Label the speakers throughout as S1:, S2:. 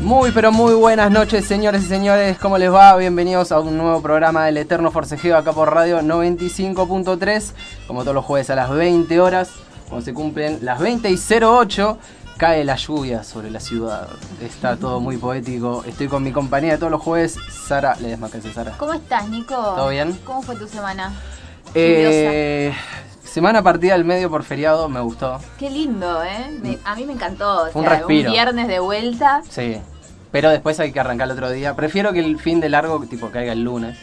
S1: Muy, pero muy buenas noches, señores y señores. ¿Cómo les va? Bienvenidos a un nuevo programa del Eterno Forcejeo acá por Radio 95.3. Como todos los jueves a las 20 horas, cuando se cumplen las 20 y 08, cae la lluvia sobre la ciudad. Está todo muy poético. Estoy con mi compañía de todos los jueves, Sara Ledesma. ¿Qué haces, Sara?
S2: ¿Cómo estás, Nico?
S1: ¿Todo bien?
S2: ¿Cómo fue tu semana?
S1: Eh, semana partida al medio por feriado, me gustó.
S2: Qué lindo, ¿eh? Me- a mí me encantó. o
S1: Fue un
S2: sea,
S1: respiro.
S2: viernes de vuelta.
S1: Sí. Pero después hay que arrancar el otro día. Prefiero que el fin de largo, tipo, caiga el lunes.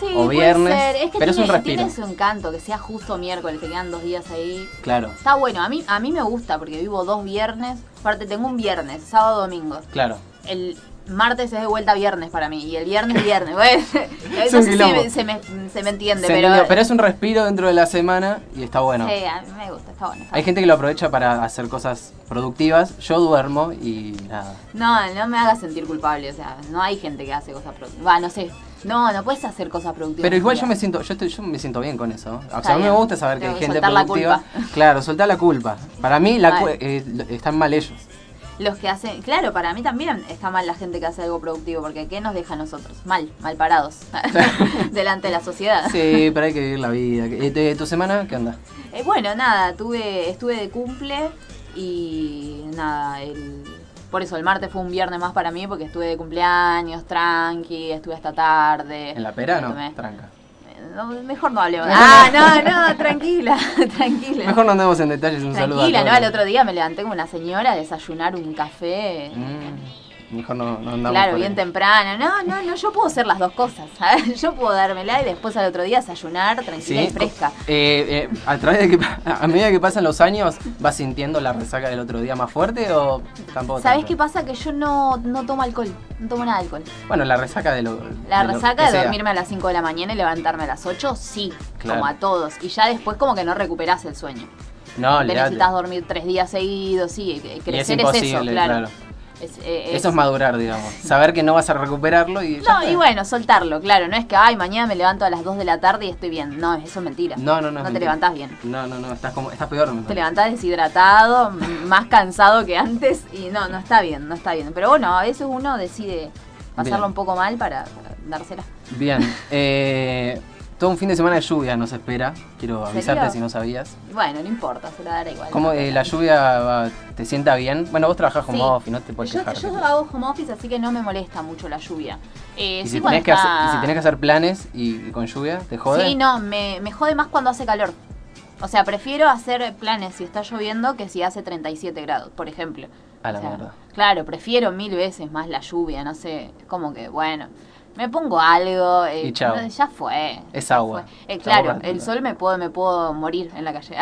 S2: Sí,
S1: O
S2: puede
S1: viernes,
S2: ser. Es que
S1: pero es
S2: tiene,
S1: un respiro.
S2: tiene su encanto, que sea justo miércoles, que quedan dos días ahí.
S1: Claro.
S2: Está bueno, a mí, a mí me gusta porque vivo dos viernes. Aparte, tengo un viernes, sábado, domingo.
S1: Claro.
S2: El martes es de vuelta viernes para mí y el viernes, viernes. Bueno,
S1: Es
S2: no
S1: un
S2: sé si
S1: quilombo.
S2: me- se, me, se me entiende,
S1: Se
S2: pero.
S1: entendió, pero es un respiro dentro de la semana y está bueno.
S2: Sí, a mí me gusta, está bueno. está
S1: Hay gente que lo aprovecha para hacer cosas productivas. Yo duermo y nada.
S2: No, no me hagas sentir culpable, o sea, no hay gente que hace cosas productivas. Va, no sé. No, no puedes hacer cosas productivas.
S1: Pero igual
S2: en
S1: yo
S2: tu
S1: me
S2: vida.
S1: siento, yo, estoy- yo me siento bien con eso. O
S2: Está
S1: sea, a mí me
S2: bien.
S1: gusta saber que
S2: Tengo
S1: hay
S2: que
S1: gente
S2: soltar la
S1: productiva.
S2: culpa.
S1: Claro, soltar la culpa. Para mí la cu-
S2: Vale.
S1: eh, lo- están mal ellos.
S2: Los que hacen. Claro, para mí también está mal la gente que hace algo productivo, porque ¿qué nos deja a nosotros? Mal, mal parados. delante de la sociedad.
S1: Sí, pero hay que vivir la vida. Eh, ¿de ¿Tu semana qué onda?
S2: Eh, bueno, nada, tuve, estuve de cumple y nada, el- por eso el martes fue un viernes más para mí, porque estuve de cumpleaños, tranqui, estuve hasta tarde.
S1: ¿En la pera no?
S2: Me tomé-
S1: Tranca.
S2: No, mejor no hablemos. Ah, no, no, tranquila, tranquila.
S1: Mejor no andemos en detalles. Un saludo. a
S2: Tranquila, ¿no?
S1: todos.
S2: Al otro día me levanté como una señora a desayunar un café.
S1: Mm, mejor no, no andamos
S2: Claro,
S1: por
S2: bien
S1: ahí.
S2: temprano. No, no, no, yo puedo hacer las dos cosas. ¿sabes? Yo puedo dármela y después al otro día desayunar tranquila y fresca.
S1: Eh, eh, a través de que pa- a medida que pasan los años, ¿vas sintiendo la resaca del otro día más fuerte o tampoco?
S2: ¿Sabes
S1: tanto?
S2: qué pasa? Que yo no, no tomo alcohol, no tomo nada de alcohol.
S1: Bueno, la resaca de lo.
S2: La
S1: de lo
S2: resaca
S1: que
S2: de
S1: sea.
S2: dormirme a las 5 de la mañana y levantarme a las 8, sí,
S1: Claro.
S2: como a todos. Y ya después como que no recuperás el sueño.
S1: No,
S2: Te
S1: olvidate.
S2: necesitas dormir tres días seguidos, sí, eh, crecer es, eso,
S1: imposible,
S2: claro.
S1: claro.
S2: Es- eh,
S1: Eso es madurar, digamos. Saber que no vas a recuperarlo y. ya
S2: No,
S1: está.
S2: y bueno, soltarlo, claro. No es que, ay, mañana me levanto a las 2 de la tarde y estoy bien. No, eso es mentira.
S1: No, no, no. es
S2: No te
S1: mentira.
S2: levantás bien.
S1: No, no, no. Estás, como, estás peor. me
S2: Te
S1: parece.
S2: levantás deshidratado, m- más cansado que antes y no, no está bien, no está bien. Pero bueno, a veces uno decide pasarlo
S1: Bien.
S2: un poco mal para, para dársela.
S1: Bien. eh, todo un fin de semana de lluvia nos espera. Quiero
S2: ¿En
S1: avisarte
S2: serio?
S1: si no sabías.
S2: Bueno, no importa, se la dará igual.
S1: ¿Cómo eh, la lluvia va- te sienta bien? Bueno, vos trabajás como
S2: Sí.
S1: off y no te puedes
S2: yo,
S1: quejar.
S2: yo
S1: tipo.
S2: hago home office, así que no me molesta mucho la lluvia. Eh,
S1: Y
S2: sí,
S1: si,
S2: cuando
S1: tenés que hacer,
S2: está-
S1: y si tenés que hacer planes y con lluvia, ¿te jode?
S2: Sí, no, me, me jode más cuando hace calor. O sea, prefiero hacer planes si está lloviendo que si hace 37 grados, por ejemplo.
S1: A la
S2: O sea,
S1: mierda.
S2: Claro, prefiero mil veces más la lluvia, no sé, como que, bueno, me pongo algo. eh,
S1: Y chao.
S2: no, ya fue.
S1: Es
S2: ya
S1: agua.
S2: fue. Eh,
S1: Chao,
S2: claro,
S1: Martina.
S2: el sol me puedo, me puedo morir en la calle.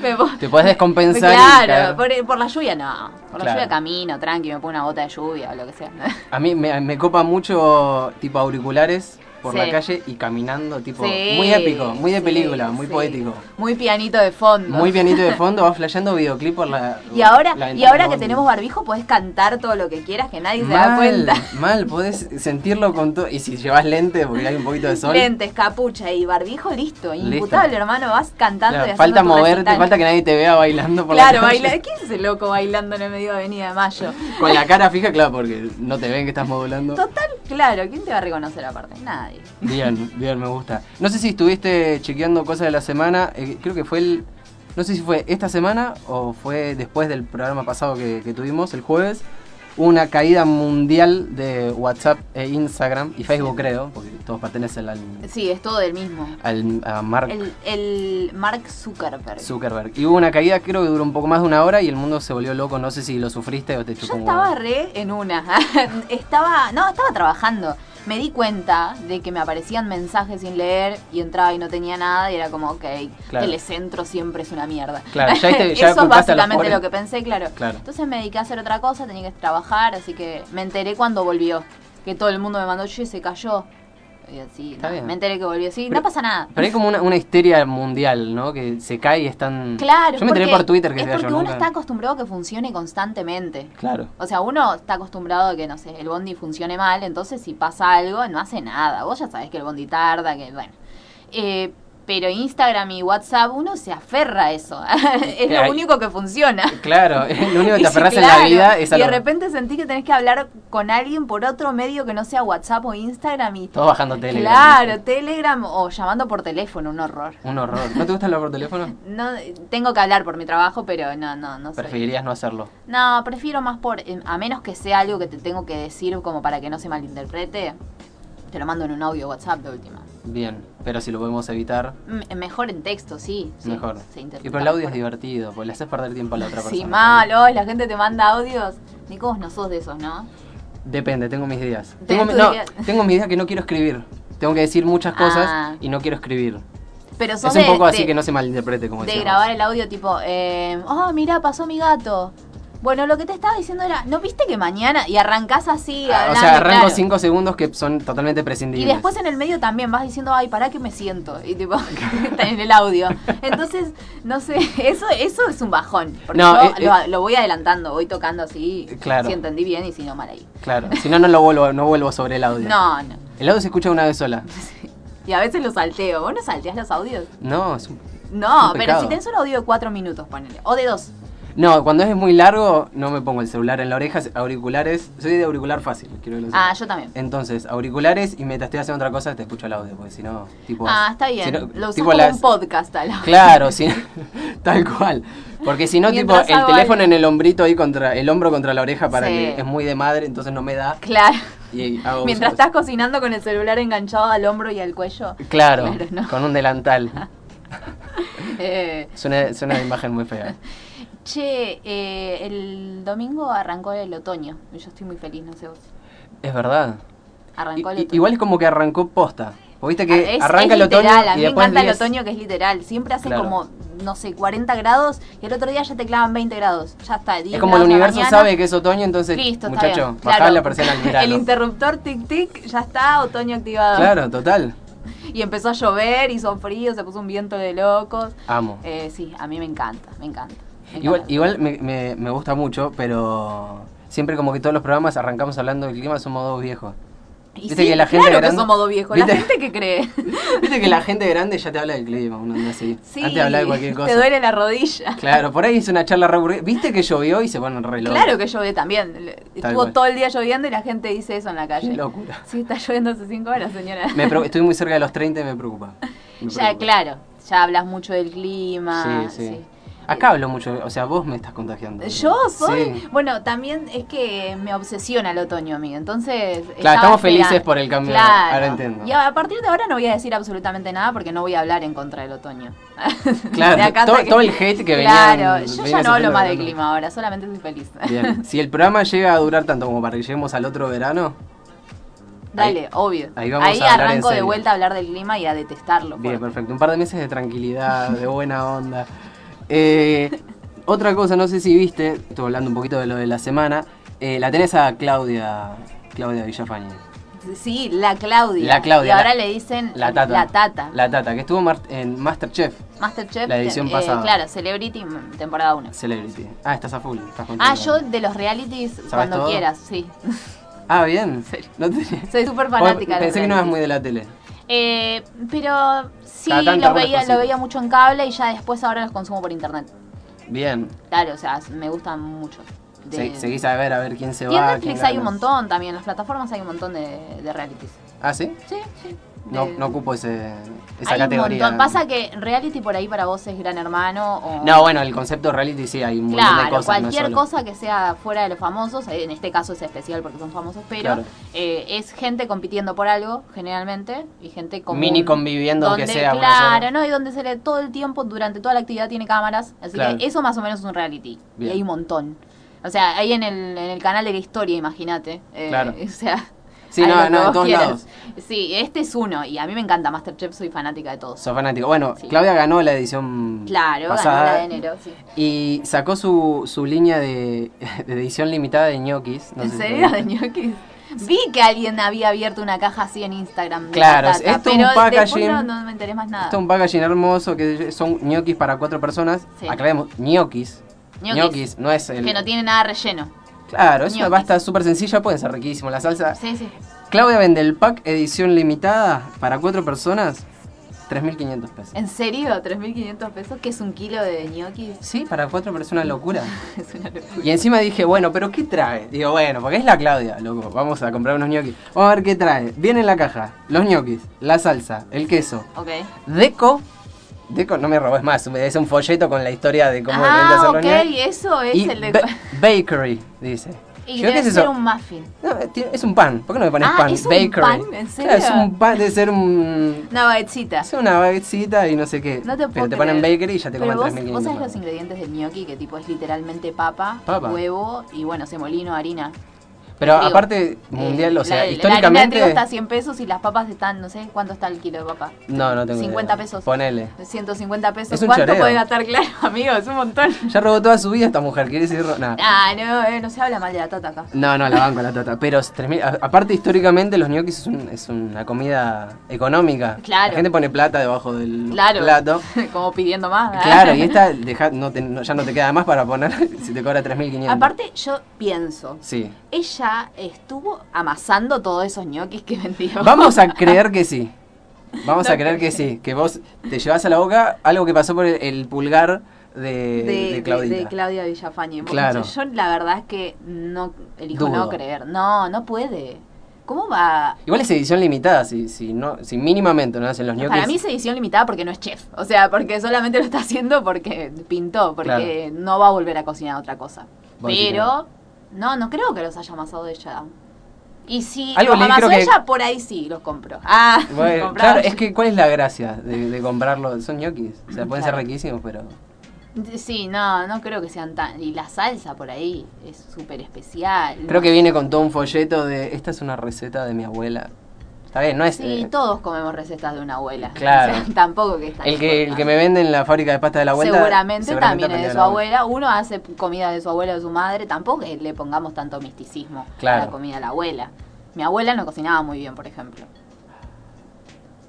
S2: Me puedo-
S1: Te podés descompensar y caer.
S2: Claro, por, por la lluvia no. Por la
S1: Claro.
S2: lluvia camino, tranqui, me pongo una bota de lluvia o lo que sea.
S1: A mí me, me copa mucho tipo auriculares por
S2: Sí.
S1: la calle y caminando, tipo
S2: Sí,
S1: muy épico, muy de
S2: sí,
S1: película, muy
S2: sí.
S1: poético.
S2: Muy pianito de fondo.
S1: Muy pianito de fondo, va flasheando videoclip por la
S2: Y ahora,
S1: la
S2: y
S1: ventana
S2: ahora
S1: del
S2: que
S1: bondi.
S2: tenemos barbijo, podés cantar todo lo que quieras, que nadie se da
S1: mal,
S2: cuenta.
S1: mal, podés sentirlo con todo y si llevas lente porque hay un poquito de sol.
S2: Lentes, capucha y barbijo, listo. Imputable, hermano, vas
S1: claro,
S2: cantando y haciendo
S1: falta
S2: tu
S1: moverte,
S2: recital.
S1: falta que nadie te vea bailando por
S2: Claro,
S1: la calle.
S2: baila. ¿Quién es ese loco bailando en el medio de Avenida de Mayo?
S1: Con la cara fija, claro, porque no te ven que estás modulando.
S2: Total, claro, ¿quién te va a reconocer aparte? Nadie.
S1: Bien, bien, me gusta. No sé si estuviste chequeando cosas de la semana, eh, creo que fue el... No sé si fue esta semana o fue después del programa pasado que, que tuvimos, el jueves, una caída mundial de WhatsApp e Instagram y Facebook, creo, porque todos pertenecen al,
S2: Sí, es todo del mismo.
S1: al- a Mark
S2: El, el Mark Zuckerberg.
S1: Zuckerberg. Y hubo una caída, creo que duró un poco más de una hora y el mundo se volvió loco, no sé si lo sufriste o te
S2: Yo
S1: chupó un huevo.
S2: estaba re en una. estaba, no, estaba trabajando. Me di cuenta de que me aparecían mensajes sin leer y entraba y no tenía nada y era como, ok,
S1: Claro.
S2: Telecentro siempre es una mierda.
S1: Claro, ya te- ya
S2: Eso es
S1: culpaste a los
S2: básicamente
S1: pobres.
S2: lo que pensé, claro.
S1: Claro.
S2: Entonces me dediqué a hacer otra cosa, tenía que trabajar, así que me enteré cuando volvió. Que todo el mundo me mandó, che, se cayó. Y así,
S1: Está
S2: no,
S1: bien.
S2: me enteré que volvió. Sí,
S1: Pero-
S2: no pasa nada.
S1: Pero hay como una, una histeria mundial, ¿no? Que se cae y están...
S2: Claro,
S1: Yo me enteré
S2: porque-
S1: por Twitter que
S2: es
S1: se cayó,
S2: porque uno
S1: nunca-
S2: está acostumbrado a que funcione constantemente.
S1: Claro.
S2: O sea, uno está acostumbrado a que, no sé, el bondi funcione mal, entonces si pasa algo, no hace nada. Vos ya sabés que el bondi tarda, que bueno. Eh, Pero Instagram y WhatsApp, uno se aferra a eso.
S1: Ay.
S2: es lo único que funciona.
S1: Claro, lo único que
S2: Y
S1: te
S2: sí,
S1: aferras en
S2: claro,
S1: la vida es a
S2: Y de
S1: lo-
S2: repente sentí que tenés que hablar con alguien por otro medio que no sea WhatsApp o Instagram y.
S1: Todos bajando Telegram.
S2: Claro, Telegram o llamando por teléfono, un horror.
S1: Un horror. ¿No te gusta hablar por teléfono?
S2: No, tengo que hablar por mi trabajo, pero no, no, no soy.
S1: Preferirías no hacerlo.
S2: No, prefiero más por. eh, A menos que sea algo que te tengo que decir como para que no se malinterprete, te lo mando en un audio WhatsApp de última.
S1: Bien, pero si lo podemos evitar,
S2: M- eh, mejor en texto, sí. sí,
S1: mejor.
S2: Se interpreta
S1: y por el audio es
S2: mejor.
S1: divertido, porque le haces perder tiempo a la otra persona.
S2: Sí, malo, la gente te manda audios. Nico, vos no sos de esos, ¿no?
S1: Depende, tengo mis días.
S2: Tenés
S1: Tengo, mi-
S2: tus
S1: no,
S2: días.
S1: tengo mis días que no quiero escribir. Tengo que decir muchas cosas
S2: Ah.
S1: y no quiero escribir.
S2: Pero sos
S1: Es un
S2: de-
S1: poco
S2: de-
S1: así que no se malinterprete como
S2: de
S1: decíamos.
S2: grabar el audio tipo, eh, oh, mira, pasó mi gato. Bueno, lo que te estaba diciendo era, ¿no viste que mañana? Y arrancás así,
S1: Ah, o
S2: hablando,
S1: sea, arranco
S2: claro.
S1: 5 segundos que son totalmente
S2: Y
S1: prescindibles.
S2: después en el medio también vas diciendo, ay, ¿para qué me siento? Y tipo, está en el audio. Entonces, no sé, eso eso es un bajón. Porque
S1: No,
S2: yo
S1: eh,
S2: lo,
S1: eh.
S2: lo voy adelantando, voy tocando así,
S1: Claro.
S2: si entendí bien y si no, mal ahí.
S1: Claro, si no, no, lo vuelvo, no vuelvo sobre el audio.
S2: No, no.
S1: El audio se escucha una vez sola.
S2: Y a veces lo salteo. ¿Vos no salteás los audios?
S1: No, es un-
S2: No,
S1: Un
S2: pero
S1: pecado.
S2: si tenés un audio de cuatro minutos, ponele. O de dos.
S1: no, cuando es muy largo, no me pongo el celular en la oreja, auriculares. Soy de auricular fácil, quiero que lo
S2: Ah,
S1: sepas.
S2: yo también.
S1: Entonces, auriculares y mientras estoy haciendo otra cosa, te escucho el audio, porque si no, tipo.
S2: Ah, está bien.
S1: si no,
S2: lo usás
S1: tipo
S2: como
S1: las-
S2: un podcast al audio.
S1: Claro, si no- tal cual. Porque si no, tipo,
S2: Mientras
S1: el
S2: hago
S1: teléfono
S2: algo.
S1: en el hombrito ahí contra, el hombro contra la oreja para
S2: Sí.
S1: que es muy de madre, entonces no me da.
S2: Claro.
S1: Y hago
S2: Mientras
S1: usos.
S2: estás cocinando con el celular enganchado al hombro y al cuello.
S1: Claro,
S2: Claro, no.
S1: con un delantal.
S2: Eh,
S1: Es una, es una imagen muy fea.
S2: Che, eh, el domingo arrancó el otoño. y Yo estoy muy feliz, no sé vos.
S1: Es verdad.
S2: Arrancó el
S1: I- i-
S2: otoño.
S1: igual es como que arrancó posta. ¿Vos viste
S2: Ah,
S1: que
S2: es-
S1: arranca
S2: es
S1: el otoño
S2: literal, A mí
S1: y
S2: me
S1: después
S2: encanta el
S1: días-
S2: otoño que es literal. Siempre hace
S1: Claro.
S2: como, no sé, 40 grados y el otro día ya te clavan 20 grados. Ya está.
S1: Es como el universo sabe que es otoño, entonces,
S2: Listo, está
S1: muchacho,
S2: bien.
S1: bajá
S2: Claro.
S1: la persiana al
S2: El
S1: verano.
S2: interruptor tic-tic, ya está, otoño activado.
S1: Claro, total.
S2: Y empezó a llover, hizo frío, se puso un viento de locos.
S1: Amo.
S2: Eh, sí, a mí me encanta, me encanta. me
S1: Igual,
S2: encanta.
S1: igual me, me- me gusta mucho, pero siempre como que todos los programas arrancamos hablando del clima, somos dos viejos.
S2: Y
S1: viste
S2: sí,
S1: que la gente
S2: claro
S1: grande-
S2: que somos dos viejos. La
S1: ¿Viste?
S2: gente que cree.
S1: Viste que la gente grande ya te habla del clima, uno anda así.
S2: Sí,
S1: Antes de hablar de cualquier cosa.
S2: Te duele la rodilla.
S1: Claro, por ahí es una charla re aburrida. Viste que llovió y se ponen re locos.
S2: Claro que llovió también. Le-
S1: Tal
S2: Estuvo
S1: cual.
S2: todo el día lloviendo y la gente dice eso en la
S1: Qué
S2: calle.
S1: locura.
S2: Sí, está lloviendo hace cinco horas, señora.
S1: Me preocu- estoy muy cerca de los 30 y me preocupa. Me
S2: ya,
S1: preocupa.
S2: claro. Ya hablas mucho del clima.
S1: Sí, sí. Acá hablo mucho, o sea, vos me estás contagiando.
S2: Yo soy.
S1: Sí.
S2: Bueno, también es que me obsesiona el otoño, amigo. Entonces.
S1: Claro,
S2: estaba
S1: estamos felices
S2: esperando-
S1: por el cambio.
S2: Claro.
S1: Ahora entiendo.
S2: Y a a partir de ahora no voy a decir absolutamente nada porque no voy a hablar en contra del otoño.
S1: Claro,
S2: De acá hasta
S1: todo,
S2: que-
S1: todo el hate que venía.
S2: Claro, yo ya no hablo más de clima ahora, solamente soy feliz.
S1: Bien, si el programa llega a durar tanto como para que lleguemos al otro verano,
S2: Dale, obvio.
S1: ahí vamos a hablar en
S2: arranco de
S1: serio.
S2: vuelta a hablar del clima y a detestarlo.
S1: bien,
S2: fuerte.
S1: perfecto. Un par de meses de tranquilidad, de buena onda. Eh, otra cosa, no sé si viste, estoy hablando un poquito de lo de la semana, eh, la tenés a Claudia, Claudia Villafañe.
S2: Sí, la Claudia.
S1: La Claudia,
S2: Y ahora
S1: la-
S2: le dicen
S1: La Tata.
S2: La Tata.
S1: La Tata, que estuvo mar- en Masterchef
S2: Masterchef.
S1: la edición
S2: eh,
S1: pasada.
S2: Claro, Celebrity, mm, temporada 1.
S1: Celebrity. Ah, estás a full, estás contenta.
S2: Ah, yo de los realities cuando
S1: todo?
S2: quieras, sí.
S1: Ah, bien.
S2: serio.
S1: No tenía-
S2: Soy súper fanática. de los
S1: Pensé que no eras
S2: realities.
S1: muy de la tele.
S2: Eh, pero sí,
S1: Cada tanto
S2: lo
S1: algunos
S2: veía,
S1: cositas.
S2: lo veía mucho en cable y ya después ahora los consumo por internet.
S1: Bien.
S2: Claro, o sea, me gustan mucho. De-
S1: Se- seguís a ver, a ver quién se
S2: y en
S1: va.
S2: Netflix
S1: quién
S2: hay un
S1: gana.
S2: montón también, en las plataformas hay un montón de, de realities.
S1: Ah, ¿sí?
S2: Sí, sí.
S1: No,
S2: de-
S1: no ocupo ese, esa
S2: hay
S1: categoría.
S2: Un montón. Pasa que reality por ahí para vos es Gran Hermano o...
S1: No, bueno, el concepto reality sí hay un montón
S2: Claro,
S1: de cosas. no es
S2: cualquier
S1: solo-
S2: cosa que sea fuera de los famosos, en este caso es especial porque son famosos, pero
S1: Claro.
S2: eh, es gente compitiendo por algo, generalmente, y gente común.
S1: Mini conviviendo, aunque
S2: donde,
S1: sea una
S2: Claro,
S1: sola.
S2: ¿no? Y donde se le todo el tiempo, durante toda la actividad tiene cámaras, así
S1: Claro.
S2: que eso más o menos es un reality,
S1: Bien.
S2: y hay un montón. O sea, ahí en el, en el canal de la historia, imagínate. eh,
S1: Claro.
S2: O sea...
S1: Sí,
S2: hay
S1: no,
S2: lo que
S1: no, en
S2: vos
S1: todos
S2: quieras.
S1: lados.
S2: Sí, este es uno, y a mí me encanta Masterchef, soy fanática de todos.
S1: Sos fanático. Bueno,
S2: Sí.
S1: Claudia ganó la edición
S2: Claro,
S1: pasada
S2: ganó la de enero, sí.
S1: y sacó su, su línea de, de edición limitada de ñoquis. no
S2: ¿En
S1: sé si lo
S2: serio,
S1: viste.
S2: de ñoquis? Vi que alguien había abierto una caja así en Instagram. de
S1: Claro,
S2: patata,
S1: esto es un
S2: pero
S1: packaging.
S2: Después no, no me enteré más nada.
S1: Esto es un packaging hermoso que son ñoquis para cuatro personas.
S2: Sí.
S1: Aclaremos, ñoquis.
S2: Ñoquis.
S1: Ñoquis, no es el.
S2: Que no tiene nada relleno.
S1: Claro, es una
S2: ñoquis.
S1: pasta súper sencilla, pueden ser riquísimos. La salsa.
S2: Sí, sí.
S1: Claudia vende el pack edición limitada para cuatro personas. 3.500 pesos.
S2: ¿En serio? ¿3.500 pesos? ¿Qué es un kilo de ñoquis?
S1: Sí, para cuatro personas locura.
S2: es una locura.
S1: Y encima dije, bueno, pero ¿qué trae? Digo, bueno, porque es la Claudia, loco. Vamos a comprar unos ñoquis. Vamos a ver qué trae. Viene en la caja. Los ñoquis, la salsa, el queso.
S2: Ok.
S1: Deco. Deco, no me robes más. Es un folleto con la historia de cómo vende
S2: ah,
S1: hacer
S2: ok,
S1: los ñoquis.
S2: eso es
S1: Y
S2: el de...
S1: ba- bakery, dice.
S2: y
S1: Yo,
S2: debe
S1: ¿qué es
S2: ser
S1: eso?
S2: un muffin.
S1: No, ti- es un pan. ¿Por qué no me pones
S2: Ah,
S1: pan?
S2: ¿es un
S1: bakery.
S2: pan? ¿En serio?
S1: Claro, es un pan, debe ser un.
S2: Una baguettita.
S1: Es una baguettecita y no sé qué.
S2: No te puedo
S1: Pero te ponen
S2: creer.
S1: bakery y ya te
S2: Pero
S1: comen
S2: vos,
S1: 3.500.
S2: vos sabés los
S1: pesos.
S2: ingredientes del gnocchi, que tipo es literalmente papa,
S1: Papa.
S2: huevo y bueno, semolino, harina.
S1: Pero
S2: trigo.
S1: aparte, mundial,
S2: Eh,
S1: o sea,
S2: la- La harina de
S1: históricamente.
S2: trigo está a 100 pesos y las papas están, no sé, ¿cuánto está el kilo de papa?
S1: No, no tengo
S2: 50
S1: idea.
S2: pesos.
S1: Ponele.
S2: 150 pesos.
S1: Es un
S2: ¿Cuánto
S1: choreo.
S2: puede gastar, claro, amigo? Es un montón.
S1: Ya robó toda su vida esta mujer, quiere decir. Nah.
S2: Ah, no, eh, no se habla mal de la tata acá.
S1: No, no, la banco, la tata. Pero es 3.000 a- aparte, históricamente, los ñoquis es, un- es una comida económica.
S2: Claro.
S1: La gente pone plata debajo del
S2: Claro. Ah.
S1: plato.
S2: Como pidiendo más. ¿verdad?
S1: Claro, y esta deja- no te- no- ya no te queda más para poner si te cobra 3.500.
S2: Aparte, yo pienso,
S1: Sí.
S2: ella estuvo amasando todos esos ñoquis que vendió.
S1: Vamos a creer que sí. Vamos
S2: No
S1: a creer que sí. Que vos te llevas a la boca algo que pasó por el, el pulgar de,
S2: de,
S1: de
S2: de-
S1: Claudita.
S2: de Claudia Villafañe. Porque
S1: Claro.
S2: Yo la verdad es que no elijo
S1: Dudo.
S2: no creer. No, no puede. ¿Cómo va?
S1: Igual es edición limitada, si, si no, si mínimamente no hacen los ñoquis.
S2: Para mí es edición limitada porque no es chef. O sea, porque solamente lo está haciendo porque pintó, porque no va a volver a cocinar otra cosa.
S1: Vos decís que
S2: Pero no, no creo que los haya amasado ella. Y si
S1: Algo
S2: los
S1: leí,
S2: amasó
S1: creo que-
S2: ella, por ahí sí los compró. Ah,
S1: Bueno,
S2: comprado.
S1: claro, es que ¿cuál es la gracia de, de comprarlo? Son ñoquis. O sea, pueden
S2: Claro.
S1: ser riquísimos, pero.
S2: Sí, no, no creo que sean tan... Y la salsa por ahí es súper especial.
S1: Creo que viene con todo un folleto de. Esta es una receta de mi abuela. Está bien, no es.
S2: Sí,
S1: eh,
S2: todos comemos recetas de una abuela.
S1: Claro.
S2: O sea, tampoco que está
S1: el, que, el que me vende en la fábrica de pasta de la abuela.
S2: seguramente, también es
S1: aprendió
S2: de su abuela. Uno hace comida de su abuela o de su madre. Tampoco que le pongamos tanto misticismo a
S1: Claro.
S2: la comida de la abuela. Mi abuela no cocinaba muy bien, por ejemplo.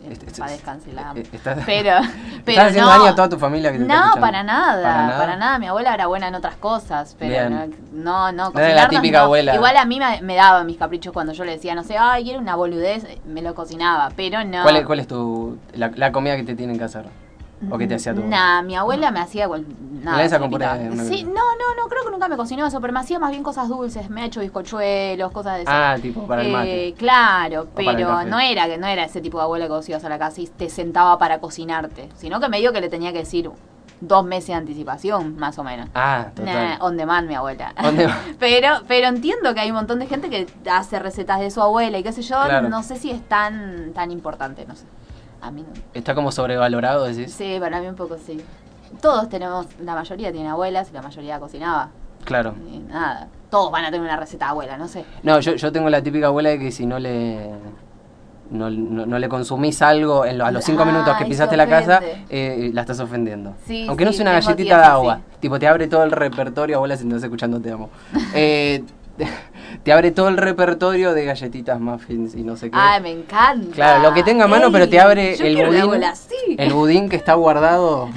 S1: Este- este-
S2: Para descansar.
S1: Eh, eh, estás-
S2: Pero, pero
S1: Estás haciendo
S2: no.
S1: daño a toda tu familia que te está
S2: No,
S1: escuchando.
S2: para nada,
S1: Para
S2: para
S1: nada.
S2: nada, Mi abuela era buena en otras cosas, pero no,
S1: Bien.
S2: no, no,
S1: No era la
S2: cocinarnos
S1: típica
S2: no.
S1: abuela.
S2: Igual a mí me, me daba mis caprichos cuando yo le decía, no sé, ay, quiero una boludez, me lo cocinaba, pero no.
S1: ¿Cuál es, cuál es tu, la, la comida que te tienen que hacer? ¿O que te hacía tu abuela?
S2: Nah, mi abuela me hacía cual- nada.
S1: Milanesa con
S2: típica.
S1: puré, una-
S2: Sí, no, no, no, creo que nunca me cocinó eso, pero me hacía más bien cosas dulces, me ha hecho bizcochuelos, cosas de esas.
S1: Ah, tipo, para el mate.
S2: Eh, claro,
S1: para el
S2: pero
S1: café.
S2: no era que no era ese tipo de abuela que vos ibas a la casa y te sentaba para cocinarte, sino que me dijo que le tenía que decir dos meses de anticipación, más o menos.
S1: Ah,
S2: Nah,
S1: total.
S2: on demand, mi abuela.
S1: ¿Dónde va?
S2: Pero, pero entiendo que hay un montón de gente que hace recetas de su abuela y qué sé yo,
S1: Claro.
S2: no sé si es tan, tan importante, no sé. A mí no.
S1: Está como sobrevalorado, decís.
S2: Sí, para mí un poco sí. Todos tenemos, la mayoría tiene abuelas y la mayoría cocinaba.
S1: Claro.
S2: Y nada, todos van a tener una receta de abuela, no sé.
S1: No, yo, yo tengo la típica abuela de que si no le no, no- no le consumís algo en lo- a los cinco
S2: Ah,
S1: minutos que
S2: y
S1: pisaste
S2: se
S1: la casa,
S2: ofende.
S1: eh, la estás ofendiendo.
S2: Sí,
S1: Aunque no
S2: sí,
S1: sea una
S2: tengo
S1: galletita
S2: tías
S1: de
S2: así.
S1: agua. Tipo, te abre todo el repertorio, abuela, si no estás escuchando, te amo. Eh, te, te abre todo el repertorio de galletitas, muffins y no sé qué.
S2: Ay, me encanta.
S1: Claro, lo que tenga a mano,
S2: Ey,
S1: pero te abre
S2: yo
S1: el
S2: quiero una
S1: budín.
S2: abuela así.
S1: El budín que está guardado,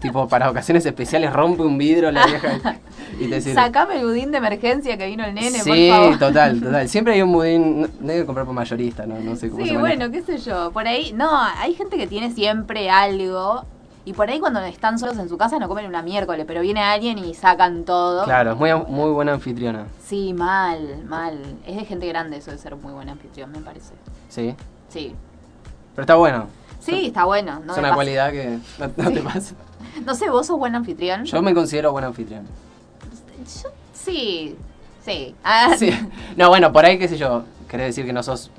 S1: tipo, para ocasiones especiales, rompe un vidrio la vieja y te sirve.
S2: Sacame el budín de emergencia que vino el nene,
S1: sí,
S2: por favor.
S1: total, total. Siempre hay un budín. No, no hay que comprar por mayorista, no, no sé cómo
S2: Sí,
S1: se maneja.
S2: bueno, qué sé yo. Por ahí, no, hay gente que tiene siempre algo. Y por ahí cuando están solos en su casa no comen una miércoles, pero viene alguien y sacan todo.
S1: Claro, es muy, muy buena anfitriona.
S2: Sí, mal, mal. Es de gente grande eso de ser muy buen anfitrión, me parece.
S1: Sí.
S2: Sí.
S1: Pero está bueno.
S2: Sí, está bueno. No,
S1: es
S2: me
S1: una
S2: pasa.
S1: cualidad que no, no te pasa.
S2: no sé, vos sos buen anfitrión.
S1: Yo me considero buen anfitrión.
S2: Yo- sí, sí. Ah,
S1: Sí. No, bueno, por ahí, qué sé yo. Querés decir que no sos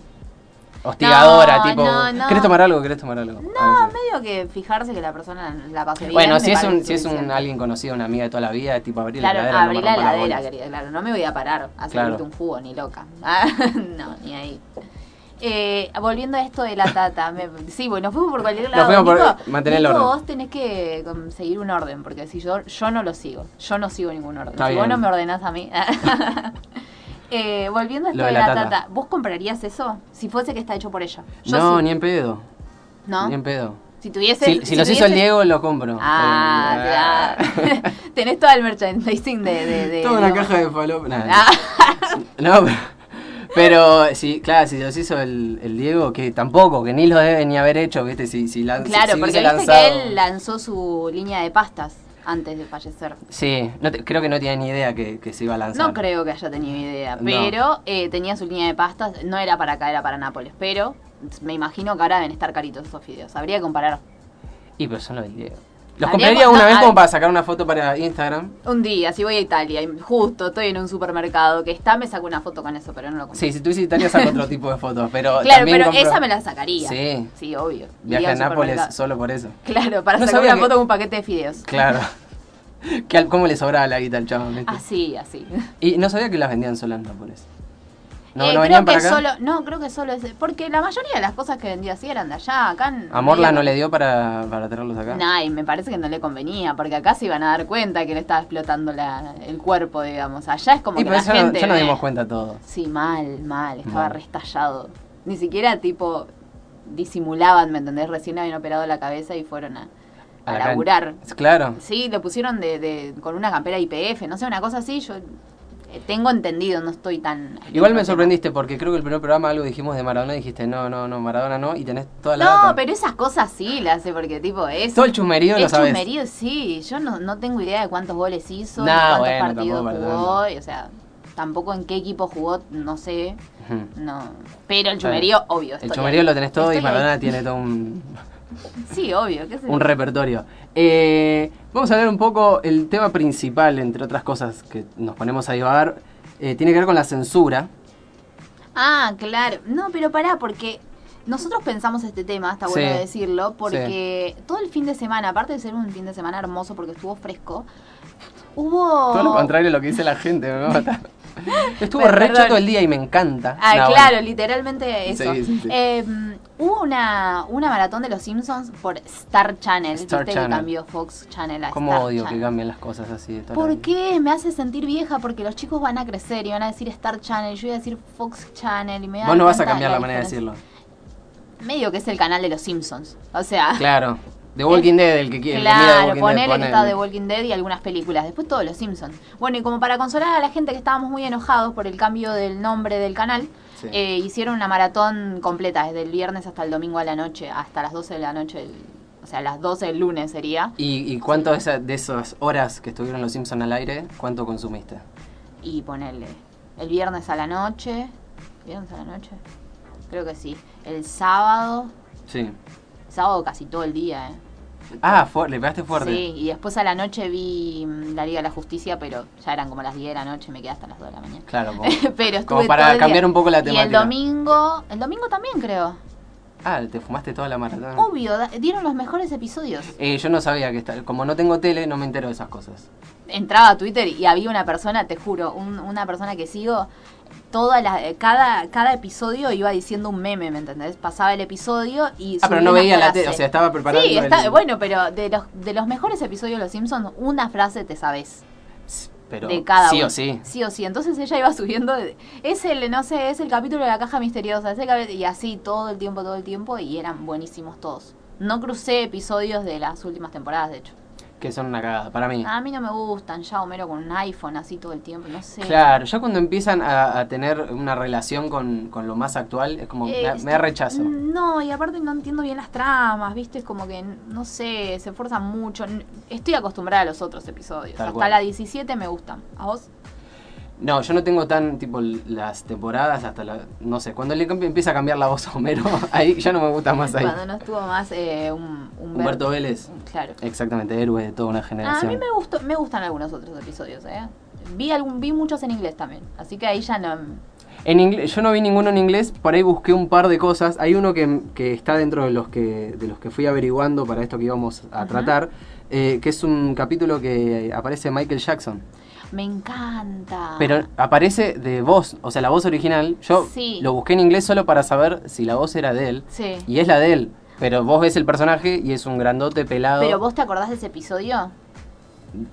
S1: hostigadora,
S2: No,
S1: tipo.
S2: no, no.
S1: ¿Querés tomar algo? ¿Querés tomar algo? A
S2: No,
S1: veces.
S2: Ah, medio que fijarse que la persona la pase bien.
S1: Bueno,
S2: me
S1: si es,
S2: parece
S1: un, si es un
S2: suficiente.
S1: alguien conocido, una amiga de toda la vida, tipo abrir
S2: Claro,
S1: la heladera. no
S2: abrí
S1: me
S2: la
S1: rompa las
S2: heladera,
S1: bolas.
S2: querida, claro. No me voy a parar a servirte
S1: Claro.
S2: un jugo, ni loca. Ah, no, ni ahí. Eh, volviendo a esto de la tata, me- sí, bueno, nos fuimos por cualquier lado.
S1: fuimos por-
S2: Nico,
S1: mantener el
S2: Nico,
S1: orden.
S2: vos tenés que conseguir un orden, porque si yo yo no lo sigo, yo no sigo ningún orden.
S1: Está
S2: si vos
S1: bien.
S2: no me ordenás a mí. Eh, volviendo a esto
S1: Lo
S2: de, la tata.
S1: tata,
S2: ¿vos comprarías eso? Si fuese que está hecho por ella. Yo
S1: No,
S2: sí.
S1: ni en pedo.
S2: ¿No?
S1: Ni en pedo.
S2: Si tuviese.
S1: Si, si los hizo el
S2: tuviese-
S1: Diego, lo compro.
S2: Ah,
S1: Eh,
S2: ya. Tenés todo el merchandising de. de, de-
S1: Toda una
S2: digamos-
S1: caja de falopa. Nah.
S2: Ah.
S1: No, pero, Pero sí, claro, si los hizo el, el Diego, que tampoco, que ni los debe ni haber hecho, ¿viste? Si, si lan- si-
S2: Ah, Claro,
S1: si
S2: porque
S1: hubiese
S2: viste
S1: lanzado-
S2: que él lanzó su línea de pastas antes de fallecer.
S1: Sí, no te- creo que no tiene ni idea que, que se iba a lanzar.
S2: No creo que haya tenido idea,
S1: No.
S2: pero eh, tenía su línea de pastas, no era para acá, era para Nápoles, pero me imagino que ahora deben estar caritos esos fideos. Habría que comparar
S1: Y pero son los del Diego. Los
S2: Habría
S1: compraría
S2: costado-
S1: una vez
S2: ah.
S1: como para sacar una foto para Instagram.
S2: un día, si voy a Italia y justo estoy en un supermercado que está, me saco una foto con eso, pero no lo compré.
S1: Sí, si tú hiciste Italia saco otro tipo de fotos, pero
S2: claro,
S1: también
S2: pero
S1: compro-
S2: esa me la sacaría.
S1: Sí.
S2: Sí, obvio.
S1: Viaje
S2: Iría
S1: a
S2: al
S1: Nápoles
S2: supermercado.
S1: solo por eso.
S2: Claro, para
S1: No
S2: sacar
S1: sabía
S2: una
S1: que-
S2: foto con un paquete de fideos.
S1: Claro. Que al- ¿Cómo le sobraba la guita al chavo? ¿viste?
S2: Así, Ah, así.
S1: Y no sabía que las vendían solo en Nápoles. No,
S2: Eh,
S1: no
S2: creo
S1: venían
S2: que
S1: para acá.
S2: solo, no, creo que solo ese, porque la mayoría de las cosas que vendía así eran de allá, acá en-
S1: A Morla no
S2: medio-
S1: le dio para, para traerlos acá.
S2: Nah, y me parece que no le convenía, porque acá se iban a dar cuenta que le estaba explotando la- el cuerpo, digamos. Allá es como
S1: y
S2: que
S1: por
S2: la
S1: eso no-
S2: gente.
S1: ya nos
S2: ve-
S1: dimos cuenta todos.
S2: Sí, mal, mal, estaba
S1: Mal.
S2: restallado. Ni siquiera tipo disimulaban, ¿me entendés? Recién habían operado la cabeza y fueron a, a
S1: la
S2: laburar.
S1: cancha. Claro.
S2: Sí, le pusieron de, de- con una campera IPF, no sé, una cosa así, yo eh, tengo entendido, no estoy tan...
S1: Igual me
S2: no sé.
S1: sorprendiste porque creo que el primer programa algo dijimos de Maradona y dijiste no, no, no, Maradona no y tenés toda la
S2: No,
S1: data.
S2: pero esas cosas sí las hace, porque tipo es...
S1: Todo el chusmerío lo
S2: Es
S1: sabes.
S2: chusmerío, sí. Yo no, no tengo idea de cuántos goles hizo,
S1: Nah,
S2: cuántos
S1: bueno,
S2: partidos
S1: tampoco,
S2: jugó, y, o sea, tampoco en qué equipo jugó, no sé.
S1: Ujú.
S2: No. Pero el chumerío, obvio.
S1: El
S2: estoy
S1: chusmerío
S2: ahí.
S1: lo tenés todo y
S2: Estoy
S1: Maradona
S2: ahí.
S1: tiene todo un,
S2: Sí, obvio. qué sé
S1: un
S2: yo.
S1: repertorio. Eh, vamos a hablar un poco, el tema principal, entre otras cosas que nos ponemos a divagar, eh, tiene que ver con la censura.
S2: Ah, claro. No, pero pará, porque nosotros pensamos este tema, está bueno
S1: Sí.
S2: decirlo, porque todo el fin de semana, aparte de ser un fin de semana hermoso porque estuvo fresco, hubo...
S1: Todo lo contrario a lo que dice la gente, me va a matar. Estuvo
S2: Bueno,
S1: re
S2: perdón.
S1: todo el día y me encanta.
S2: Ah,
S1: No,
S2: claro,
S1: bueno.
S2: literalmente eso.
S1: Sí, sí, sí.
S2: Eh, hubo una, una maratón de los Simpsons por Star Channel.
S1: Star
S2: ¿Viste
S1: Channel.
S2: que cambió Fox Channel a
S1: ¿Cómo
S2: Star
S1: odio que
S2: Channel?
S1: cambien las cosas así? de toda la
S2: ¿Por
S1: vida?
S2: qué? Me hace sentir vieja porque los chicos van a crecer y van a decir Star Channel, yo voy a decir Fox Channel y me voy
S1: Vos
S2: dar
S1: no vas a
S2: cuenta
S1: cambiar la manera de
S2: diferencia.
S1: decirlo.
S2: Medio que es el canal de los Simpsons. O sea,
S1: Claro. The Walking Dead, el que quiere. el que mira The Walking Dead,
S2: Claro, ponele que está
S1: ponele.
S2: The Walking Dead y algunas películas. Después todos los Simpsons. Bueno, y como para consolar a la gente que estábamos muy enojados por el cambio del nombre del canal,
S1: Sí.
S2: eh, hicieron una maratón completa, desde el viernes hasta el domingo a la noche, hasta las 12 de la noche, del- o sea, las 12 del lunes sería.
S1: ¿Y, y cuánto de, esa- de esas horas que estuvieron los Simpsons al aire, cuánto consumiste?
S2: Y ponerle el viernes a la noche. ¿Viernes a la noche? Creo que sí. El sábado.
S1: Sí.
S2: Sábado casi todo el día, ¿eh?
S1: Ah, fu- le pegaste fuerte.
S2: Sí, y después a la noche vi mm, la Liga de la Justicia, pero ya eran como las 10 de la noche, me quedé hasta las 2 de la mañana.
S1: Claro, como,
S2: pero estuve
S1: como para
S2: todo el
S1: cambiar
S2: día.
S1: un poco la
S2: Y el
S1: temática.
S2: domingo, el domingo también creo.
S1: Ah, te fumaste toda la maratón.
S2: Obvio, da- dieron los mejores episodios.
S1: Eh, yo no sabía que está, como no tengo tele, no me entero de esas cosas.
S2: Entraba a Twitter y había una persona, te juro, un- una persona que sigo, toda la, eh, cada, cada episodio iba diciendo un meme, ¿me entendés? Pasaba el episodio y...
S1: Ah, pero
S2: subía
S1: no
S2: una
S1: veía la
S2: frase.
S1: tele, o sea, estaba preparando.
S2: Sí,
S1: el-
S2: está, bueno, pero de los, de los mejores episodios de Los Simpsons, una frase te sabes.
S1: Pero
S2: de cada
S1: sí
S2: uno.
S1: o sí.
S2: Sí o sí. Entonces ella iba subiendo. de- Es el, no sé, es el capítulo de la caja misteriosa. Es el capi- y así todo el tiempo, todo el tiempo. Y eran buenísimos todos. No crucé episodios de las últimas temporadas, de hecho.
S1: Que son una cagada, para mí.
S2: A mí no me gustan ya Homero con un iPhone así todo el tiempo. No sé.
S1: Claro, ya cuando empiezan a, a tener una relación con, con lo más actual, es como,
S2: Eh,
S1: me, da- me da rechazo.
S2: No, y aparte no entiendo bien las tramas, ¿viste? Es como que, no sé, se esfuerzan mucho. N- Estoy acostumbrada a los otros episodios.
S1: Tal
S2: Hasta
S1: cual.
S2: la 17 me gustan. ¿A vos?
S1: No, yo no tengo tan, tipo, l- las temporadas hasta la... No sé, cuando le cambi- empieza a cambiar la voz a Homero, ahí ya no me gusta más ahí.
S2: Cuando no estuvo más eh, un,
S1: Humberto Vélez.
S2: Claro.
S1: Exactamente, héroe de toda una
S2: Ah, a
S1: generación.
S2: mí me gustó, me gustan algunos otros episodios, ¿eh? Vi algún, vi muchos en inglés también, así que ahí ya no.
S1: En inglés, yo no vi ninguno en inglés, por ahí busqué un par de cosas. Hay uno que, que está dentro de los que, de los que fui averiguando para esto que íbamos a
S2: Ajá.
S1: tratar, eh, que es un capítulo que aparece Michael Jackson.
S2: Me encanta.
S1: Pero aparece de voz, o sea, la voz original. Yo
S2: Sí.
S1: lo busqué en inglés solo para saber si la voz era de él.
S2: sí.
S1: Y es la de él. Pero vos ves el personaje y es un grandote pelado.
S2: Pero vos te acordás de ese episodio?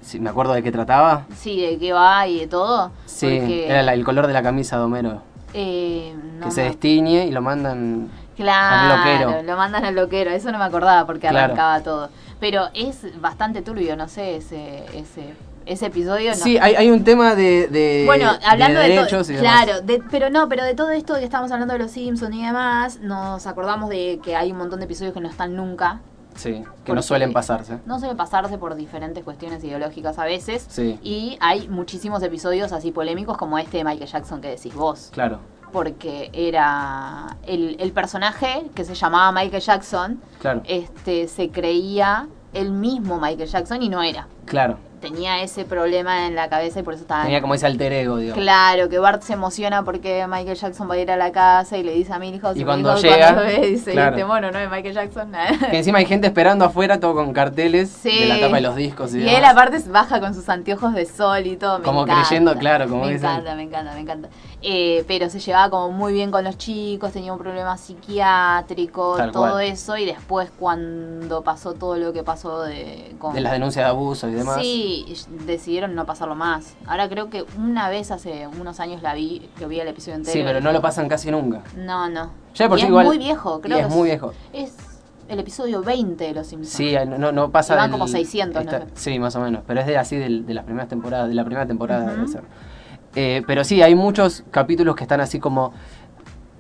S1: Si me acuerdo de qué trataba.
S2: Sí, de qué va y de todo.
S1: Sí,
S2: Porque,
S1: era la- el color de la camisa de Homero.
S2: eh, no
S1: que se
S2: me-
S1: destiñe y lo mandan.
S2: Claro,
S1: al loquero.
S2: lo mandan al loquero, eso no me acordaba porque
S1: Claro.
S2: arrancaba todo. Pero es bastante turbio, no sé, ese, ese Ese episodio no.
S1: Sí, hay, hay un tema de, de-
S2: Bueno, hablando de, todo,
S1: derechos y demás.
S2: claro, de- pero no, pero de todo esto que estamos hablando de los Simpsons y demás, nos acordamos de que hay un montón de episodios que no están nunca,
S1: Sí, que
S2: Porque-
S1: no suelen pasarse.
S2: no suele pasarse por diferentes cuestiones ideológicas a veces,
S1: Sí.
S2: y hay muchísimos episodios así polémicos como este de Michael Jackson que decís vos,
S1: Claro,
S2: porque era el, el personaje que se llamaba Michael Jackson,
S1: claro,
S2: este se creía el mismo Michael Jackson y no era.
S1: claro.
S2: Tenía ese problema en la cabeza y por eso estaba
S1: Tenía como ese alter ego, digamos.
S2: ah. Claro, que Bart se emociona porque Michael Jackson va a ir a la casa y le dice a Milhouse.
S1: Y
S2: y
S1: cuando
S2: Milhouse
S1: llega,
S2: cuando lo ve, dice,
S1: claro.
S2: este mono no es Michael Jackson.
S1: Que encima hay gente esperando afuera, todo con carteles
S2: Sí.
S1: de la tapa de los discos y,
S2: y
S1: demás.
S2: él aparte baja con sus anteojos de sol y todo. me
S1: Como
S2: encanta.
S1: creyendo, claro, como
S2: Me
S1: dicen.
S2: encanta, me encanta, me encanta. Eh, pero se llevaba como muy bien con los chicos, tenía un problema psiquiátrico,
S1: Tal
S2: todo
S1: cual.
S2: eso. Y después cuando pasó todo lo que pasó de, con,
S1: De las denuncias de abuso y demás.
S2: Sí, y decidieron no pasarlo más. Ahora creo que una vez hace unos años la vi, que vi el episodio entero.
S1: Sí, pero no lo pasan casi nunca.
S2: No, no.
S1: Ya de por
S2: Y
S1: sí
S2: es
S1: igual-
S2: muy viejo, creo.
S1: y es
S2: que
S1: muy viejo.
S2: Es el episodio 20 de Los Simpsons.
S1: Sí, no, no, no pasa.
S2: Y van
S1: del-
S2: como 600, ¿no?
S1: Sí, más o menos. Pero es de así del- de, las primeras temporadas, de la primera temporada
S2: Ujú.
S1: debe ser. Eh, pero sí, hay muchos capítulos que están así como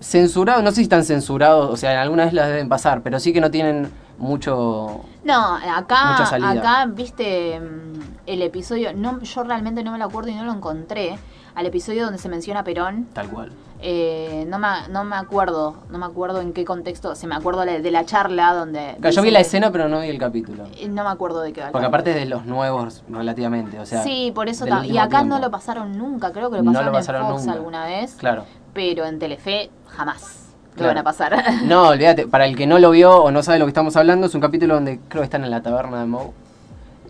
S1: censurados. No sé si están censurados, o sea, algunas vez las deben pasar, pero sí que no tienen mucho.
S2: No, acá,
S1: Mucha salida.
S2: acá viste mm, el episodio, no, yo realmente no me lo acuerdo y no lo encontré, al episodio donde se menciona a Perón,
S1: Tal cual.
S2: eh, no, me, no me acuerdo, no me acuerdo en qué contexto, se me acuerdo la- de la charla donde...
S1: Claro, yo
S2: dice-
S1: vi la escena, pero no vi el capítulo.
S2: Eh, No me acuerdo de qué va el
S1: Porque
S2: capítulo.
S1: aparte es de los nuevos, relativamente. O sea,
S2: sí, por eso
S1: del
S2: tam- Y
S1: último
S2: acá no
S1: tiempo.
S2: lo pasaron nunca, creo que lo
S1: No
S2: pasaron,
S1: lo pasaron
S2: en Fox
S1: nunca.
S2: alguna vez,
S1: Claro.
S2: pero en Telefe jamás lo
S1: Claro.
S2: van a pasar.
S1: No, olvídate, para el que no lo vio o no sabe lo que estamos hablando, es un capítulo donde creo que están en la taberna de Moe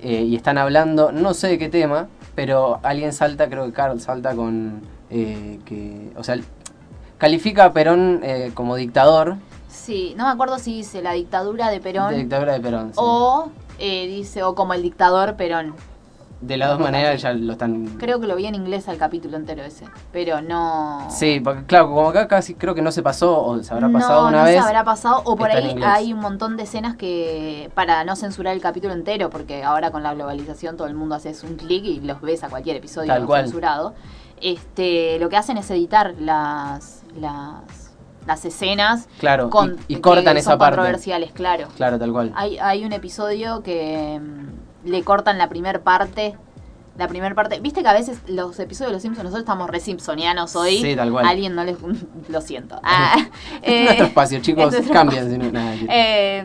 S1: eh, y están hablando, no sé de qué tema, pero alguien salta, creo que Carl salta con eh, que, o sea, califica a Perón eh, como dictador,
S2: Sí, no me acuerdo si dice la dictadura de Perón
S1: de dictadura de Perón. sí.
S2: o eh, dice o como el dictador Perón.
S1: De las dos maneras ya lo están...
S2: Creo que lo vi en inglés al capítulo entero ese, pero no.
S1: Sí, porque claro, como acá casi creo que no se pasó o se habrá
S2: No,
S1: pasado una
S2: no
S1: vez.
S2: se habrá pasado o por
S1: está en
S2: ahí
S1: inglés.
S2: hay un montón de escenas que para no censurar el capítulo entero porque ahora con la globalización todo el mundo hace un clic y los ves a cualquier episodio
S1: Tal cual.
S2: censurado. Este, lo que hacen es editar las las las escenas
S1: Claro,
S2: con-
S1: y, y
S2: que
S1: cortan
S2: son Ah,
S1: esa parte.
S2: controversiales, claro.
S1: Claro, tal cual.
S2: Hay, hay un episodio que mm, le cortan la primer parte. La primer parte. Viste que a veces los episodios de Los Simpsons, nosotros estamos re simpsonianos hoy.
S1: Sí, tal cual.
S2: Alguien no les. Lo siento. Ah,
S1: Este es
S2: eh,
S1: nuestro espacio, chicos,
S2: nuestro
S1: cambian. si no- nada, sí.
S2: eh,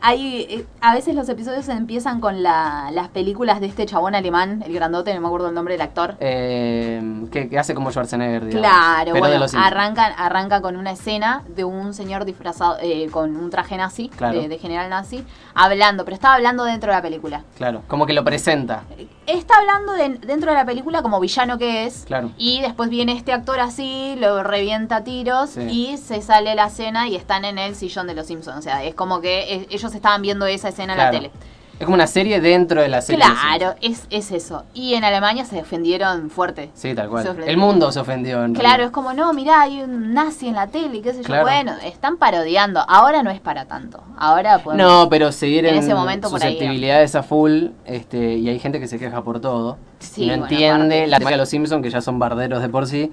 S2: hay, eh, a veces los episodios empiezan con la- las películas de este chabón alemán, el grandote, no me acuerdo el nombre del actor.
S1: Eh, que, que hace como Schwarzenegger, digamos.
S2: Claro,
S1: Pero de
S2: bueno,
S1: los Simpsons.
S2: arranca, arranca con una escena de un señor disfrazado eh, con un traje nazi,
S1: Claro.
S2: de, de general nazi, hablando, pero estaba hablando dentro de la película.
S1: Claro, como que lo presenta.
S2: Está hablando de- dentro de la película como villano que es.
S1: Claro.
S2: Y después viene este actor así, lo revienta a tiros
S1: Sí.
S2: y se sale la escena y están en el sillón de los Simpsons. O sea, es como que eh, ellos estaban viendo esa escena
S1: Claro.
S2: en la tele.
S1: Es como una serie dentro de la serie. de los Simpsons.
S2: Claro, es, es eso. Y en Alemania se defendieron fuerte.
S1: Sí, tal
S2: Se
S1: cual.
S2: ofendió.
S1: El mundo se ofendió. en
S2: Claro, es
S1: realidad.
S2: como, no, mirá, hay un nazi en la tele, qué sé yo.
S1: Claro.
S2: Bueno, están parodiando. Ahora no es para tanto. Ahora podemos...
S1: No, pero seguir
S2: En
S1: en,
S2: ese momento por ahí,
S1: susceptibilidades a full este, y hay gente que se queja por todo.
S2: Sí,
S1: no
S2: bueno,
S1: entiende
S2: aparte.
S1: la temática de los Simpsons, que ya son barderos de por sí,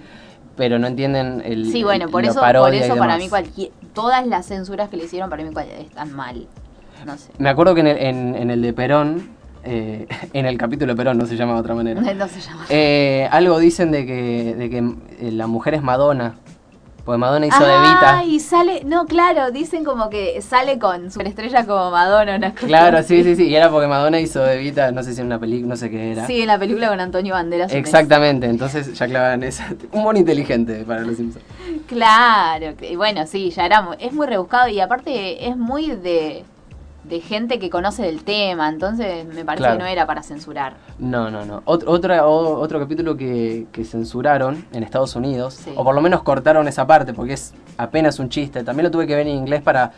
S1: pero no entienden el.
S2: Sí, bueno, por
S1: la
S2: eso, por
S1: parodia y
S2: eso para
S1: demás.
S2: mí cualquier, todas las censuras que le hicieron para mí cual- están mal. No sé.
S1: Me acuerdo que en el, en- en el de Perón, eh, en el capítulo de Perón, no se llama de otra manera.
S2: No se llama.
S1: Eh, algo dicen de que, de que eh, la mujer es Madonna. Porque Madonna hizo
S2: Ah,
S1: de Vita.
S2: y sale, no, claro, dicen como que sale con superestrella como Madonna, una cosa
S1: Claro,
S2: así.
S1: sí, sí, sí. Y era porque Madonna hizo de Vita, no sé si en una película, no sé qué era.
S2: Sí, en la película con Antonio Banderas. un
S1: Exactamente, entonces ya clavaban esa. Un mono inteligente para los Simpsons.
S2: mes. Claro, que- y bueno, sí, ya era, mu- es muy rebuscado y aparte es muy de, de gente que conoce del tema, entonces me parece
S1: Claro.
S2: que no era para censurar.
S1: No, no, no. Ot- otra, o- otro capítulo que, que censuraron en Estados Unidos,
S2: Sí.
S1: o por lo menos cortaron esa parte, porque es apenas un chiste. También lo tuve que ver en inglés para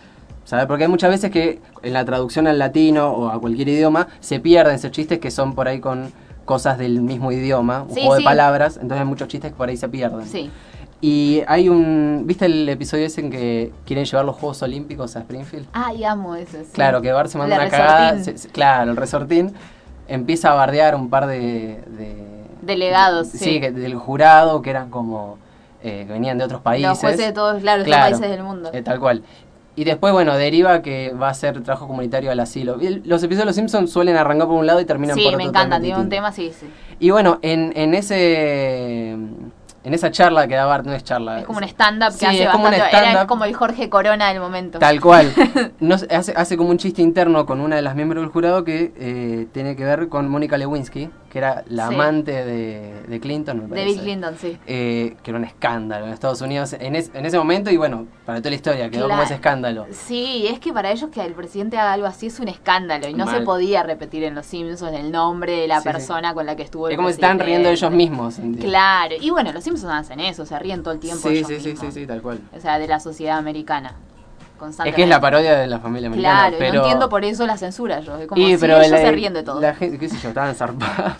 S1: saber, porque hay muchas veces que en la traducción al latino o a cualquier idioma se pierden esos chistes que son por ahí con cosas del mismo idioma, un
S2: Sí,
S1: juego
S2: sí.
S1: de palabras, entonces hay muchos chistes que por ahí se pierden.
S2: Sí,
S1: Y hay un... ¿Viste el episodio ese en que quieren llevar los Juegos Olímpicos a Springfield?
S2: ay, amo eso. sí.
S1: Claro, que Bar se manda
S2: La
S1: una cagada.
S2: resortín.
S1: se- se- claro, el resortín. empieza a bardear un par de... de-
S2: Delegados,
S1: Sí,
S2: sí.
S1: que- del jurado, que eran como... eh, que venían de otros países.
S2: Los jueces de todos, claro, los
S1: Claro.
S2: países del mundo.
S1: Eh, tal cual. Y después, bueno, deriva que va a ser trabajo comunitario al asilo. Y el- Los episodios de Los Simpsons suelen arrancar por un lado y terminan por
S2: Sí,
S1: otro.
S2: me encanta,
S1: totalmente
S2: tiene un
S1: distinto.
S2: tema, sí, sí.
S1: Y bueno, en, en ese en esa charla que da Bart, no es charla.
S2: Es como un stand-up que
S1: Sí,
S2: hace
S1: es como un
S2: bastante. Era
S1: stand-up.
S2: como el Jorge Corona del momento.
S1: Tal cual. No sé, hace, hace como un chiste interno con una de las miembros del jurado que eh, tiene que ver con Mónica Lewinsky, que era la
S2: Sí.
S1: amante de, de Clinton, me
S2: de
S1: parece.
S2: Bill Clinton, sí.
S1: Eh, que era un escándalo en Estados Unidos en, es- en ese momento y bueno, para toda la historia quedó como
S2: Claro.
S1: ese escándalo.
S2: Sí, es que para ellos que el presidente haga algo así es un escándalo y no
S1: Mal.
S2: se podía repetir en los Simpsons el nombre de la
S1: Sí, sí.
S2: persona con la que estuvo el
S1: Es como se están riendo ellos
S2: presidente.
S1: mismos. ¿entiendes?
S2: Claro, y bueno, los Simpsons hacen eso, se ríen todo el tiempo.
S1: Sí,
S2: ellos
S1: sí, sí, sí,
S2: mismos.
S1: sí, tal cual.
S2: O sea, de la sociedad americana.
S1: Es
S2: Constantemente.
S1: que es la parodia de la familia americana.
S2: Claro,
S1: pero...
S2: y no entiendo por eso la censura yo. Es como
S1: Y,
S2: sí,
S1: pero
S2: ellos
S1: la-
S2: se ríen de todo.
S1: La gente, qué sé yo, estaban zarpadas.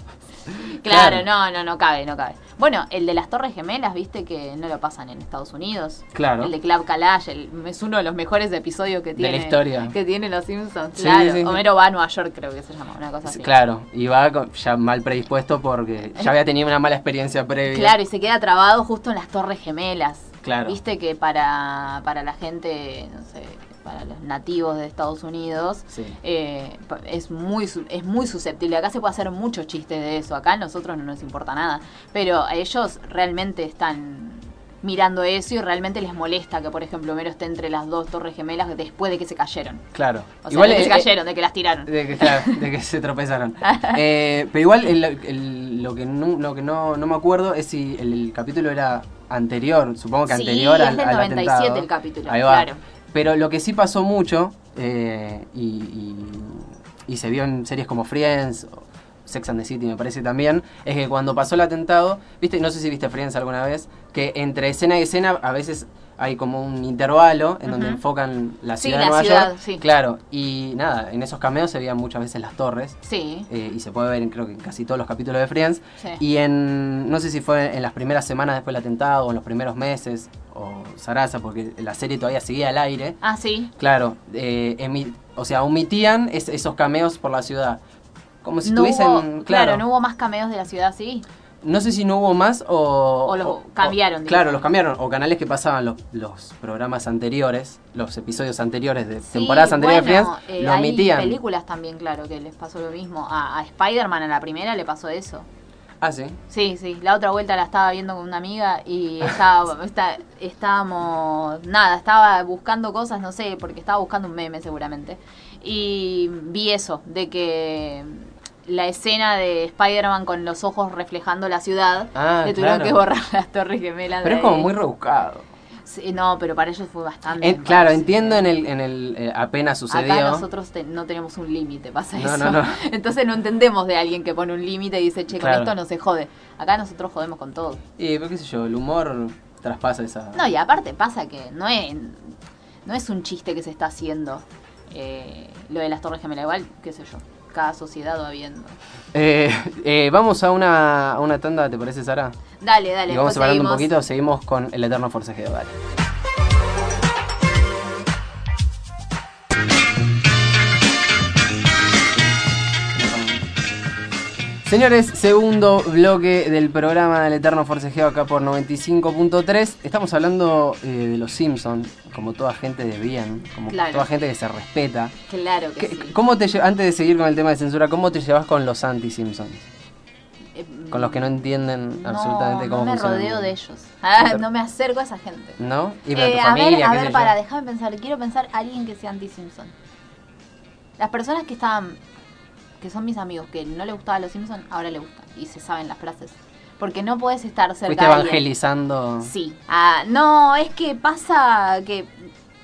S2: Claro,
S1: claro.
S2: no, no, no cabe, no cabe. Bueno, el de las Torres Gemelas, viste que no lo pasan en Estados Unidos.
S1: Claro.
S2: El de Club Kalash, el- es uno de los mejores episodios que
S1: De la
S2: tiene.
S1: historia.
S2: Que tiene Los Simpsons.
S1: Sí,
S2: claro.
S1: sí, sí.
S2: Homero va a Nueva York, creo que se llama, una cosa así.
S1: Claro, y va con- ya mal predispuesto porque ya había tenido una mala experiencia previa.
S2: Claro, y se queda trabado justo en las Torres Gemelas.
S1: Claro.
S2: Viste que para, para la gente, no sé, para los nativos de Estados Unidos,
S1: Sí.
S2: eh, pa- es muy su- es muy susceptible. Acá se puede hacer muchos chistes de eso. Acá a nosotros no nos importa nada. Pero a ellos realmente están mirando eso y realmente les molesta que, por ejemplo, Homero esté entre las dos Torres Gemelas después de que se cayeron.
S1: Claro.
S2: O sea, de que
S1: eh,
S2: se cayeron, de que las tiraron.
S1: eh, de que, claro, de que se tropezaron. Eh, pero igual el- el- lo que, no, lo que no, no me acuerdo es si el, el capítulo era anterior, supongo que
S2: Sí,
S1: anterior
S2: es
S1: al,
S2: del
S1: al
S2: 97
S1: atentado.
S2: el capítulo,
S1: Ahí va.
S2: claro.
S1: Pero lo que sí pasó mucho eh, y, y- y se vio en series como Friends, o Sex and the City me parece también, es que cuando pasó el atentado, viste, no sé si viste Friends alguna vez, que entre escena y escena a veces hay como un intervalo en donde
S2: Ujú.
S1: enfocan la
S2: Sí,
S1: ciudad de
S2: la
S1: Nueva
S2: ciudad,
S1: York.
S2: sí.
S1: Claro, y nada, en esos cameos se veían muchas veces las torres.
S2: Sí.
S1: eh, y se puede ver en, creo que en casi todos los capítulos de Friends.
S2: Sí.
S1: Y en, no sé si fue en las primeras semanas después del atentado, o en los primeros meses, o Sarasa, porque la serie todavía seguía al aire.
S2: Ah, sí.
S1: Claro, eh, emi- o sea, omitían es- esos cameos por la ciudad. Como si
S2: no
S1: tuviesen.
S2: hubo,
S1: claro,
S2: claro. no hubo más cameos de la ciudad, sí.
S1: no sé si no hubo más o.
S2: O los cambiaron, digamos.
S1: claro, los cambiaron. O canales que pasaban los, los programas anteriores, los episodios anteriores de
S2: Sí,
S1: temporadas anteriores de
S2: bueno,
S1: Friends,
S2: eh,
S1: lo omitían.
S2: Hay películas también, claro, que les pasó lo mismo. A, a Spider-Man a la primera le pasó eso.
S1: Ah, sí.
S2: Sí, sí. La otra vuelta la estaba viendo con una amiga y estaba, está- estábamos. Nada, estaba buscando cosas, no sé, porque estaba buscando un meme seguramente. Y vi eso, de que la escena de Spider-Man con los ojos reflejando la ciudad,
S1: Ah,
S2: le tuvieron
S1: claro.
S2: que borrar las torres gemelas.
S1: Pero
S2: de
S1: es como
S2: ahí.
S1: muy rebuscado.
S2: Sí, no, pero para ellos fue bastante.
S1: En-
S2: me
S1: claro,
S2: parece.
S1: entiendo en el, en el eh, apenas sucedió.
S2: Acá nosotros te- no tenemos un límite, pasa
S1: No,
S2: eso.
S1: no, no.
S2: Entonces no entendemos de alguien que pone un límite y dice, che,
S1: Claro.
S2: con esto no se jode. Acá nosotros jodemos con todo.
S1: Y pero qué sé yo, el humor traspasa esa.
S2: No, y aparte pasa que no es, no es un chiste que se está haciendo eh, lo de las Torres Gemelas. Igual, qué sé yo, cada sociedad va viendo.
S1: Eh, eh, vamos a una, a una tanda, ¿te parece, Sara?
S2: Dale, dale.
S1: y vamos
S2: después
S1: separando un
S2: seguimos.
S1: poquito, seguimos con el eterno forcejeo, dale. Señores, segundo bloque del programa del Eterno Forcejeo acá por 95.3. Estamos hablando eh, de los Simpsons, como toda gente de bien, como
S2: Claro.
S1: toda gente que se respeta.
S2: Claro
S1: ¿Qué-
S2: que sí.
S1: ¿Cómo te lle- antes de seguir con el tema de censura, cómo te llevas con los anti-Simpsons?
S2: Eh,
S1: Con los que no entienden
S2: no,
S1: absolutamente cómo
S2: No me
S1: funciona el
S2: rodeo
S1: mundo.
S2: de ellos. Ah, no me acerco a esa gente.
S1: ¿No? Y para
S2: Eh,
S1: tu
S2: a ver,
S1: familia,
S2: a
S1: qué
S2: ver,
S1: sé
S2: para,
S1: yo.
S2: déjame pensar. Quiero pensar a alguien que sea anti-Simpson. Las personas que estaban. que son mis amigos, que no le gustaban los Simpsons, ahora le gustan. Y se saben las frases. Porque no puedes estar cerca
S1: Fuiste
S2: de alguien.
S1: evangelizando.
S2: Sí. Ah, no, es que pasa que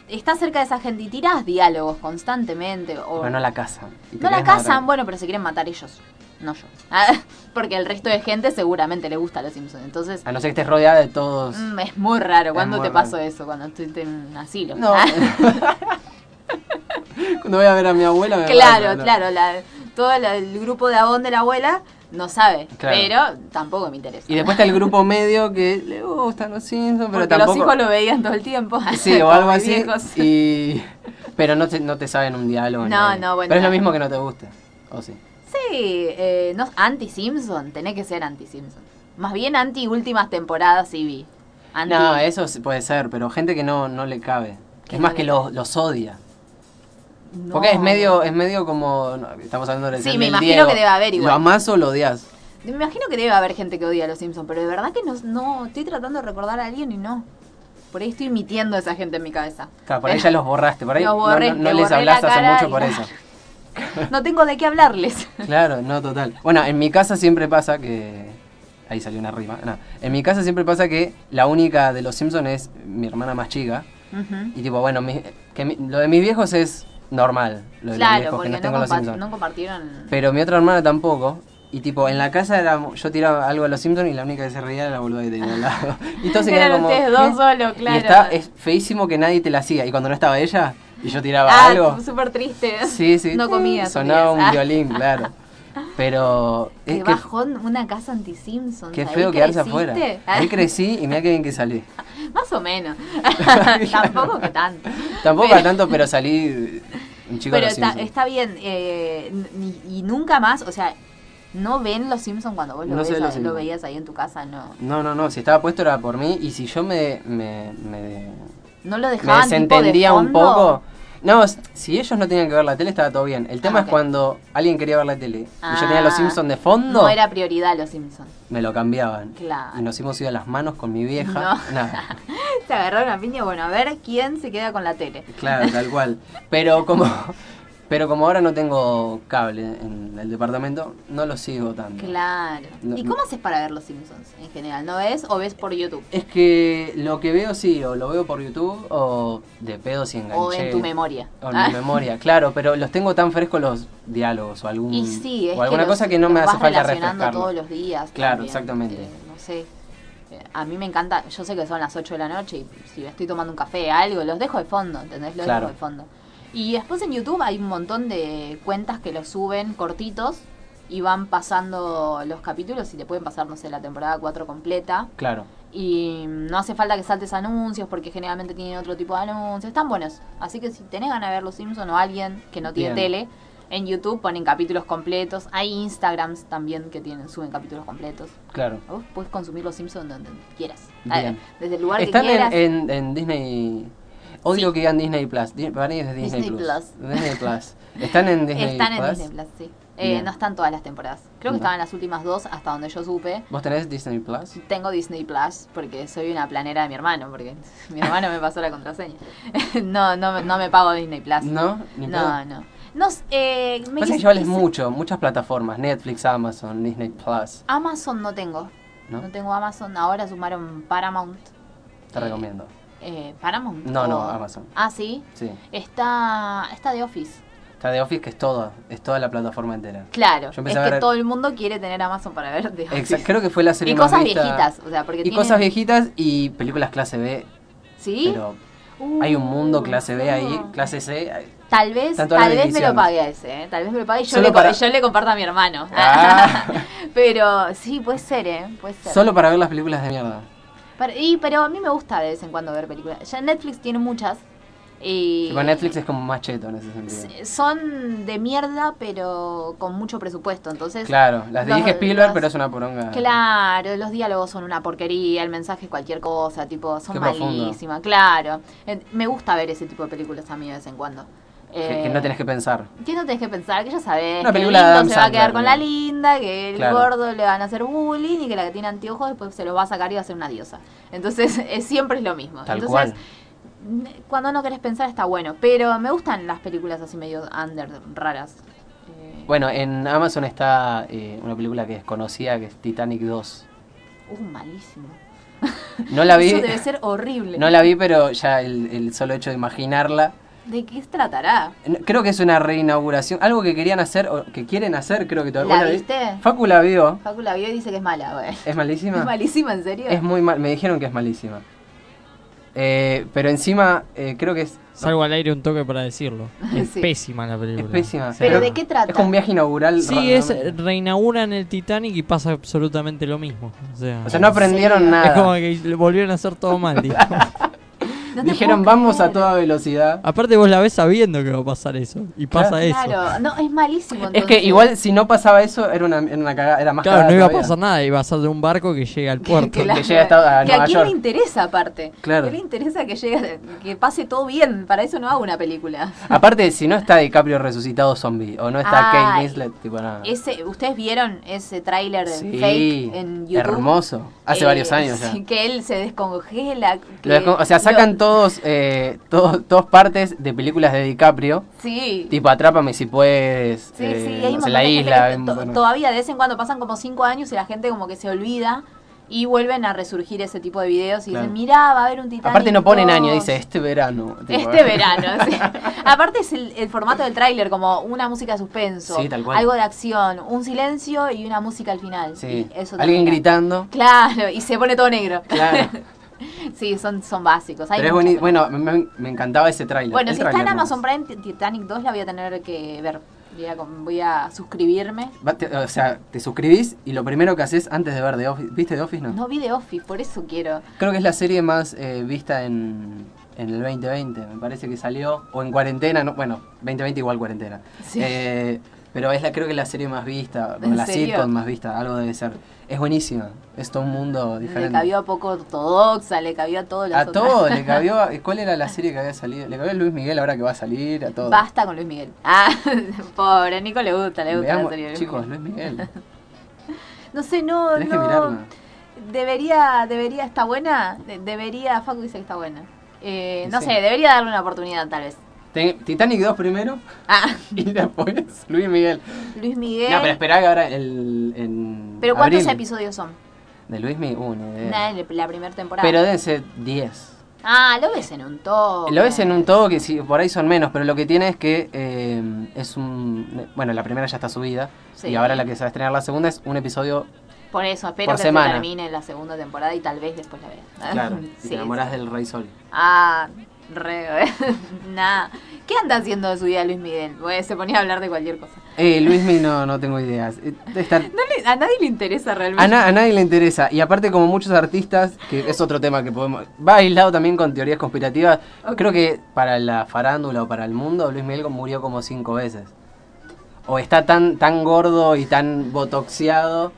S2: estás cerca de esa gente y tiras diálogos constantemente. O
S1: Pero no la casa.
S2: no la casan, bueno, pero se quieren matar ellos. No yo. Ah, porque el resto de gente seguramente le gusta a los Simpsons. Entonces,
S1: A no ser que estés rodeada de todos.
S2: mm, es muy raro.
S1: Es
S2: ¿Cuándo
S1: muy
S2: te
S1: raro.
S2: pasó eso? Cuando estuviste en un asilo.
S1: No.
S2: Ah,
S1: Cuando voy a ver a mi abuela me pasa,
S2: claro,
S1: ¿no?
S2: claro. la- todo la- el grupo de abón de la abuela no sabe.
S1: Claro.
S2: Pero tampoco me interesa.
S1: Y después está el grupo medio que le gustan los Simpsons, pero
S2: porque
S1: tampoco.
S2: los hijos lo veían todo el tiempo.
S1: Sí, o
S2: como
S1: algo
S2: mis
S1: así.
S2: viejos.
S1: Y... Pero no te, no te saben un diálogo. ni
S2: No,
S1: nada.
S2: no, bueno,
S1: Pero es lo
S2: no.
S1: mismo que no te guste. ¿O sí?
S2: Sí, eh, no, anti-Simpson, tenés que ser anti-Simpson. Más bien anti-últimas temporadas y vi. Anti-
S1: No, eso sí puede ser, pero gente que no, no le cabe.
S2: Que
S1: es
S2: no
S1: más
S2: le
S1: que los, los odia.
S2: No.
S1: Porque es medio, es medio como. no, Estamos hablando del
S2: Sí,
S1: del
S2: me imagino
S1: Diego.
S2: que debe haber igual.
S1: ¿Lo amás o lo odias?
S2: Me imagino que debe haber gente que odia a los Simpsons, pero de verdad que no, no estoy tratando de recordar a alguien y no. Por ahí estoy mintiendo a esa gente en mi cabeza.
S1: Claro, por ahí ya los borraste, por ahí
S2: Los
S1: no-
S2: borré,
S1: no, no
S2: le
S1: les
S2: borré
S1: hablaste
S2: la
S1: hace
S2: cara
S1: mucho
S2: y-
S1: por eso.
S2: No tengo de qué hablarles.
S1: Claro, no, total. Bueno, en mi casa siempre pasa que. Ahí salió una rima. No. En mi casa siempre pasa que la única de los Simpsons es mi hermana más chica.
S2: Ujú.
S1: Y tipo, bueno, mi- que mi- lo de mis viejos es normal. Lo de mis
S2: Claro,
S1: viejos, que
S2: porque
S1: no
S2: no,
S1: tengo los
S2: compa-
S1: Simpsons.
S2: no compartieron.
S1: Pero mi otra hermana tampoco. Y tipo, en la casa era, yo tiraba algo a los Simpsons y la única que se reía era la boluda que tenía al lado. Y todos se
S2: Eran
S1: quedaban como. ¿eh?
S2: ustedes dos solo,
S1: Y
S2: claro.
S1: está, es feísimo que nadie te la hacía. Y cuando no estaba ella y yo tiraba
S2: ah,
S1: algo.
S2: súper triste.
S1: Sí, sí.
S2: No comía.
S1: Sonaba
S2: comías.
S1: un
S2: Ah.
S1: violín, claro. Pero.
S2: Qué
S1: Es que,
S2: bajón, una casa anti-Simpson.
S1: qué feo quedarse afuera. Ahí
S2: Ah.
S1: crecí y mira qué bien que salí.
S2: Más o menos. Tampoco que tanto.
S1: Tampoco
S2: Pero-
S1: a tanto, pero salí un chico
S2: Pero
S1: de los
S2: está,
S1: Simpsons.
S2: está bien. eh, n- y, y nunca más, o sea, no ven los Simpsons cuando vos lo,
S1: No
S2: ves
S1: sé
S2: a-
S1: Los
S2: lo
S1: Simpson.
S2: veías ahí en tu casa, no.
S1: No, no, no. Si estaba puesto era por mí. Y si yo me- me- me
S2: No lo
S1: me
S2: dejaban. tipo de
S1: desentendía un
S2: fondo?
S1: poco. No, s- si ellos no tenían que ver la tele estaba todo bien. El tema
S2: Ah,
S1: es
S2: ok.
S1: cuando alguien quería ver la tele y yo tenía
S2: Ah.
S1: los Simpsons de fondo,
S2: No era prioridad los Simpsons.
S1: me lo cambiaban.
S2: Claro.
S1: Y nos hemos ido a las manos con mi vieja.
S2: No.
S1: Nada.
S2: Se agarraron a piña, bueno, a ver quién se queda con la tele.
S1: Claro, tal cual. Pero como pero como ahora no tengo cable en el departamento, no lo sigo tanto.
S2: Claro.
S1: No,
S2: ¿Y
S1: no.
S2: cómo haces para ver los Simpsons en general? ¿No ves o ves por YouTube?
S1: Es que lo que veo sí, o lo veo por YouTube o de pedo si enganché.
S2: O en tu memoria.
S1: O en
S2: Ah.
S1: mi memoria, claro, pero los tengo tan frescos los diálogos o algún
S2: Y sí, es
S1: o alguna
S2: que los-
S1: cosa que no me
S2: los
S1: hace
S2: vas
S1: falta
S2: relacionando
S1: refrescarlo.
S2: todos los días.
S1: Claro,
S2: también.
S1: exactamente.
S2: Eh, no sé. Eh, A mí me encanta, yo sé que son las 8 de la noche y si estoy tomando un café, algo, los dejo de fondo, ¿entendés? Los
S1: Claro.
S2: dejo de fondo. Y después en YouTube hay un montón de cuentas que los suben cortitos y van pasando los capítulos y te pueden pasar, no sé, la temporada 4 completa.
S1: Claro.
S2: Y no hace falta que saltes anuncios porque generalmente tienen otro tipo de anuncios. Están buenos. Así que si tenés ganas de ver Los Simpsons o alguien que no tiene
S1: Bien.
S2: tele, en YouTube ponen capítulos completos. Hay Instagrams también que tienen suben capítulos completos.
S1: Claro.
S2: Vos puedes consumir Los Simpsons donde quieras.
S1: Bien.
S2: Ah, Desde el lugar
S1: Están
S2: que quieras.
S1: en, eh, en, en Disney. Odio que digan Disney Plus. Di- Para mí es de Disney,
S2: Disney
S1: Plus. Disney Plus. Están en Disney
S2: están
S1: Plus.
S2: en Disney Plus, sí. Eh,
S1: Bien.
S2: no están todas las temporadas.
S1: No.
S2: Creo que estaban las últimas dos hasta donde yo supe.
S1: ¿Vos tenés Disney Plus?
S2: Tengo Disney Plus porque soy una planera de mi hermano, porque mi hermano me pasó la contraseña. no, no, me- no me pago Disney Plus.
S1: No, ni
S2: No, no. No, s- eh, me
S1: Pasa que
S2: quise-
S1: llevales
S2: quise-
S1: mucho, muchas plataformas, Netflix, Amazon, Disney Plus,
S2: Amazon no tengo.
S1: ¿no?
S2: ¿No? tengo Amazon. Ahora sumaron Paramount.
S1: Te
S2: eh,
S1: recomiendo.
S2: Eh, ¿Paramount?
S1: No, no, Amazon.
S2: Ah, sí.
S1: Sí.
S2: Está, está The Office.
S1: Está de Office que es todo, es toda la plataforma entera.
S2: Claro.
S1: Yo
S2: Es
S1: empecé
S2: que
S1: a ver-
S2: todo el mundo quiere tener Amazon para ver The Office.
S1: Exacto, creo que fue la serie
S2: Y
S1: más
S2: cosas
S1: vista.
S2: viejitas. O sea, porque
S1: Y
S2: tienen-
S1: cosas viejitas y películas clase B,
S2: ¿Sí? Ah.
S1: pero
S2: Uh,
S1: hay un mundo clase B ahí,
S2: no.
S1: clase C. ay.
S2: Tal vez,
S1: Están todas
S2: tal
S1: las
S2: vez me lo
S1: divisiones.
S2: pague a ese, ¿eh? tal vez me lo pague y yo,
S1: Solo
S2: le, co-
S1: para-
S2: yo le comparto a mi hermano.
S1: Ah.
S2: pero sí, puede ser, ¿eh? Puede ser.
S1: Solo para ver las películas de mierda.
S2: Pero, y, pero a mí me gusta de vez en cuando ver películas. Ya Netflix tiene muchas. Y
S1: Tipo, Netflix es como más cheto en ese sentido.
S2: s- Son de mierda, pero con mucho presupuesto. Entonces,
S1: Claro, las
S2: los-
S1: dirige Spielberg,
S2: los-
S1: pero es una poronga.
S2: Claro, los diálogos son una porquería, el mensaje es cualquier cosa, tipo, son
S1: Qué profundo.
S2: malísimas. Claro. Eh, Me gusta ver ese tipo de películas a mí de vez en cuando.
S1: Que,
S2: Eh,
S1: que no tenés que pensar.
S2: que no tenés que pensar, que ya sabés
S1: Una
S2: que el
S1: película de
S2: lindo
S1: Adam
S2: se va a
S1: Sandler,
S2: quedar con la
S1: digamos.
S2: linda, que el
S1: Claro.
S2: gordo le van a hacer bullying y que la que tiene anteojos después se los va a sacar y va a ser una diosa. Entonces, es- siempre es lo mismo.
S1: Tal
S2: Entonces,
S1: cual.
S2: n- cuando no querés pensar está bueno, pero me gustan las películas así medio under, raras. Eh,
S1: Bueno, en Amazon está eh, una película que es conocida, que es Titanic 2.
S2: uh, malísimo.
S1: No la vi,
S2: Eso debe ser horrible.
S1: no la vi, pero ya el, el solo hecho de imaginarla.
S2: ¿De qué se tratará?
S1: N- Creo que es una reinauguración, algo que querían hacer, o que quieren hacer, creo que todavía.
S2: ¿La
S1: ¿Vos vi-
S2: viste?
S1: Facu la vio.
S2: Facu la vio y dice que es mala, güey.
S1: ¿Es malísima?
S2: ¿Es malísima, en serio?
S1: Es muy mal, me dijeron que es malísima. Eh, pero encima, eh, creo que es,
S3: Salgo al aire un toque para decirlo. Es
S2: Sí.
S3: pésima la película.
S1: es pésima.
S3: Sí.
S2: ¿Pero de qué trata?
S1: Es como un viaje inaugural.
S3: Sí,
S1: ra-
S3: es reinauguran el Titanic y pasa absolutamente lo mismo. O sea,
S1: O sea, no aprendieron
S2: Sí.
S3: es como
S1: nada.
S3: que volvieron a hacer todo mal, digo.
S2: No te
S1: Dijeron,
S2: puedo creer.
S1: vamos a toda velocidad.
S3: Aparte vos la ves sabiendo que va a pasar eso. Y pasa
S1: Claro.
S3: eso.
S2: Claro, no, es malísimo.
S1: Es que
S2: entonces.
S1: igual si no pasaba eso era una, era una cagada, era más
S3: Claro,
S1: cagada
S3: no iba a
S1: todavía.
S3: pasar nada, iba a ser de un barco que llega al puerto.
S1: que llegue hasta- a
S2: que a
S1: Nueva
S2: quién
S1: York.
S2: le interesa aparte.
S1: Claro.
S2: ¿A quién le interesa que llegue, que pase todo bien? Para eso no hago una película.
S1: Aparte, si no está DiCaprio resucitado zombie o no está Kate
S2: Ay.
S1: Winslet, tipo nada.
S2: Ese, ¿Ustedes vieron ese tráiler de
S1: Sí,
S2: fake en YouTube?
S1: hermoso. Hace
S2: Eh,
S1: varios años ya.
S2: sí, Que él se descongela. que-
S1: Lo descon- o sea, sacan
S2: lo-
S1: todos, eh, todos, todas partes de películas de DiCaprio.
S2: Sí.
S1: Tipo, atrápame si puedes.
S2: Sí,
S1: eh,
S2: sí, hay un
S1: no sé,
S2: montón
S1: la
S2: de gente
S1: isla.
S2: que
S1: un
S2: to-
S1: montón de-
S2: Todavía de vez en cuando pasan como cinco años y la gente como que se olvida y vuelven a resurgir ese tipo de videos y
S1: Claro.
S2: dicen, mirá, va a haber un Titanic
S1: Aparte, no ponen año,
S2: 2".
S1: dice este verano. tipo. ¿eh?
S2: Este verano, sí. Aparte es el, el formato del tráiler, como una música de suspenso,
S1: Sí, tal cual.
S2: algo de acción, un silencio y una música al final.
S1: Sí.
S2: Y eso
S1: Alguien
S2: termina.
S1: gritando.
S2: Claro, y se pone todo negro.
S1: Claro.
S2: Sí, son, son básicos. Hay
S1: Pero es
S2: muchas
S1: bueni-
S2: películas.
S1: Bueno, me, me encantaba ese tráiler.
S2: Bueno,
S1: El
S2: si está en
S1: tráiler, ¿no?
S2: Amazon Prime, Ti- Titanic 2 la voy a tener que ver. Voy a, com- voy a suscribirme.
S1: Va- te- o sea, te suscribís y lo primero que haces antes de ver The Office. ¿Viste The Office? No.
S2: No vi The Office, por eso quiero.
S1: Creo que es la serie más eh, vista en, en el 2020. Me parece que salió. O en cuarentena. No, bueno, 2020 igual cuarentena.
S2: Sí.
S1: Eh, pero es la, creo que es la serie más vista. o
S2: ¿En
S1: la
S2: serio?
S1: sitcom más vista. Algo debe ser. Es buenísima. Es todo un mundo
S2: Le
S1: Ah, diferente.
S2: cabió a poco ortodoxa, le cabió a todos los
S1: a todo, le cabió. a- ¿Cuál era la serie que había salido? Le cabió a Luis Miguel ahora que va a salir, a todo.
S2: Basta con Luis Miguel. Ah, pobre, a Nico le gusta, le gusta
S1: Veamos-
S2: la serie. de Luis
S1: chicos,
S2: Miguel.
S1: Luis Miguel.
S2: No sé, no.
S1: Tenés que
S2: no.
S1: mirarla.
S2: Debería, debería, está buena. De- debería, Facu dice que está buena. Eh,
S1: Y
S2: no
S1: sí.
S2: sé, debería darle una oportunidad tal vez.
S1: Ten- Titanic 2 primero
S2: Ah,
S1: y después Luis Miguel.
S2: Luis Miguel.
S1: No, pero esperá que ahora el, en
S2: Pero ¿cuántos
S1: abril
S2: episodios son?
S1: De Luis Miguel, uh, ni idea.
S2: Nada, en la primera temporada.
S1: Pero dense 10.
S2: Ah, lo ves en un todo.
S1: Lo ves en un todo que sí, por ahí son menos, pero lo que tiene es que eh, es un... Bueno, la primera ya está subida
S2: Sí.
S1: y ahora la que se va a estrenar la segunda es un episodio...
S2: Por eso, espero
S1: por
S2: que
S1: semana.
S2: se termine la segunda temporada y tal vez después la vea.
S1: Claro, y
S2: Ah, Sí,
S1: te enamorás del Rey Sol.
S2: Ah, re. Nada. ¿Qué anda haciendo de su vida Luis Miguel? Pues se ponía a hablar de cualquier cosa.
S1: Eh, Luis Miguel, no, no tengo ideas. Eh, debe estar-
S2: No le- a nadie le interesa realmente.
S1: A, na- a nadie le interesa. Y aparte, como muchos artistas, que es otro tema que podemos. Va aislado también con teorías conspirativas.
S2: Ok.
S1: Creo que para la farándula o para el mundo, Luis Miguel murió como cinco veces. O está tan, tan gordo y tan botoxiado.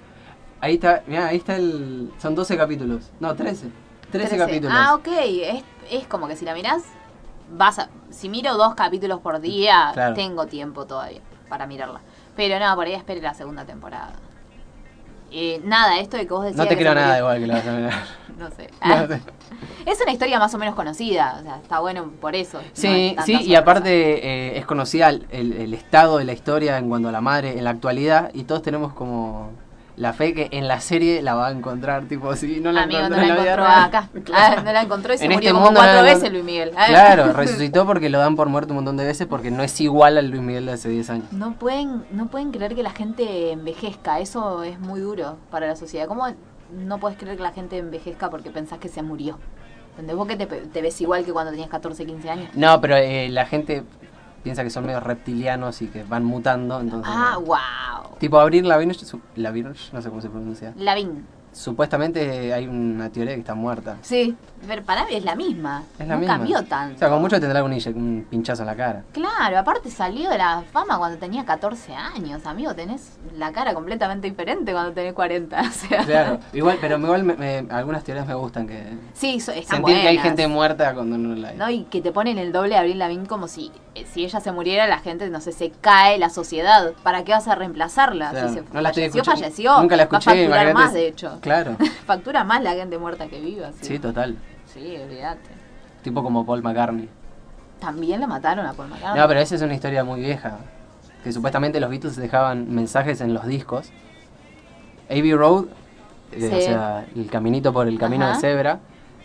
S1: Ahí está, mirá, ahí está el. Son 12 capítulos. No, 13. 13,
S2: Trece.
S1: capítulos.
S2: Ah, ok. Es, es como que si la mirás, vas a, si miro dos capítulos por día,
S1: Claro.
S2: tengo tiempo todavía para mirarla. Pero no, por ahí espere la segunda temporada. Eh, nada, esto de que vos decías.
S1: no te
S2: que
S1: creo
S2: se
S1: nada
S2: murió-
S1: igual que lo vas a mirar.
S2: No sé. Ah,
S1: No sé.
S2: Es una historia más o menos conocida, o sea, está bueno por eso. no es
S1: Sí,
S2: tanta
S1: sí, y
S2: sorpresa.
S1: aparte eh, es conocida el, el- el estado de la historia en cuanto a la madre en la actualidad y todos tenemos como la fe que en la serie la va a encontrar, tipo, si no la
S2: Amigo, no
S1: encontró
S2: la
S1: en la vida
S2: encontró
S1: real.
S2: acá.
S1: Claro.
S2: Ah, no la encontró y se
S1: En
S2: murió
S1: este
S2: como
S1: mundo no la
S2: cuatro
S1: encont-
S2: veces Luis Miguel. Ah.
S1: Claro, resucitó porque lo dan por muerto un montón de veces porque no es igual al Luis Miguel de hace 10 años.
S2: No pueden, no pueden creer que la gente envejezca, eso es muy duro para la sociedad. ¿Cómo no puedes creer que la gente envejezca porque pensás que se murió? ¿Entendés vos que te, pe- te ves igual que cuando tenías 14, 15 años?
S1: No, pero eh, la gente piensa que son medio reptilianos y que van mutando, entonces...
S2: Ah,
S1: no.
S2: wow.
S1: Tipo, Abril Lavigne, su- Lavigne, no sé cómo se pronuncia.
S2: Lavín.
S1: Supuestamente hay una teoría que está muerta.
S2: Sí. Pero para mí es la misma.
S1: Es la
S2: no
S1: misma.
S2: cambió
S1: O
S2: tanto.
S1: sea, con mucho tendrá un, inye- un pinchazo en la cara.
S2: Claro, aparte salió de la fama cuando tenía 14 años, amigo. Tenés la cara completamente diferente cuando tenés 40. O sea.
S1: Claro, igual, pero igual me- me- algunas teorías me gustan que
S2: Sí, so- están
S1: sentir que hay
S2: buenas.
S1: gente muerta cuando no la hay.
S2: ¿no? Y que te ponen el doble de Abril Lavigne como si, eh, si ella se muriera, la gente, no sé, se cae la sociedad. ¿Para qué vas a reemplazarla?
S1: O sea,
S2: Si se
S1: no la estoy
S2: falleció,
S1: escuchando.
S2: falleció.
S1: Nunca la
S2: Va a
S1: escuché,
S2: facturar
S1: imagínate.
S2: más, de hecho.
S1: Claro,
S2: Factura más la gente muerta que viva.
S1: sí,
S2: Sí,
S1: total.
S2: sí olvídate.
S1: Tipo como Paul McCartney.
S2: También la mataron a Paul McCartney.
S1: No, pero esa es una historia muy vieja. Que supuestamente los Beatles dejaban mensajes en los discos. Abbey Road, eh,
S2: Sí.
S1: o sea, el caminito por el camino
S2: Ajá.
S1: de cebra.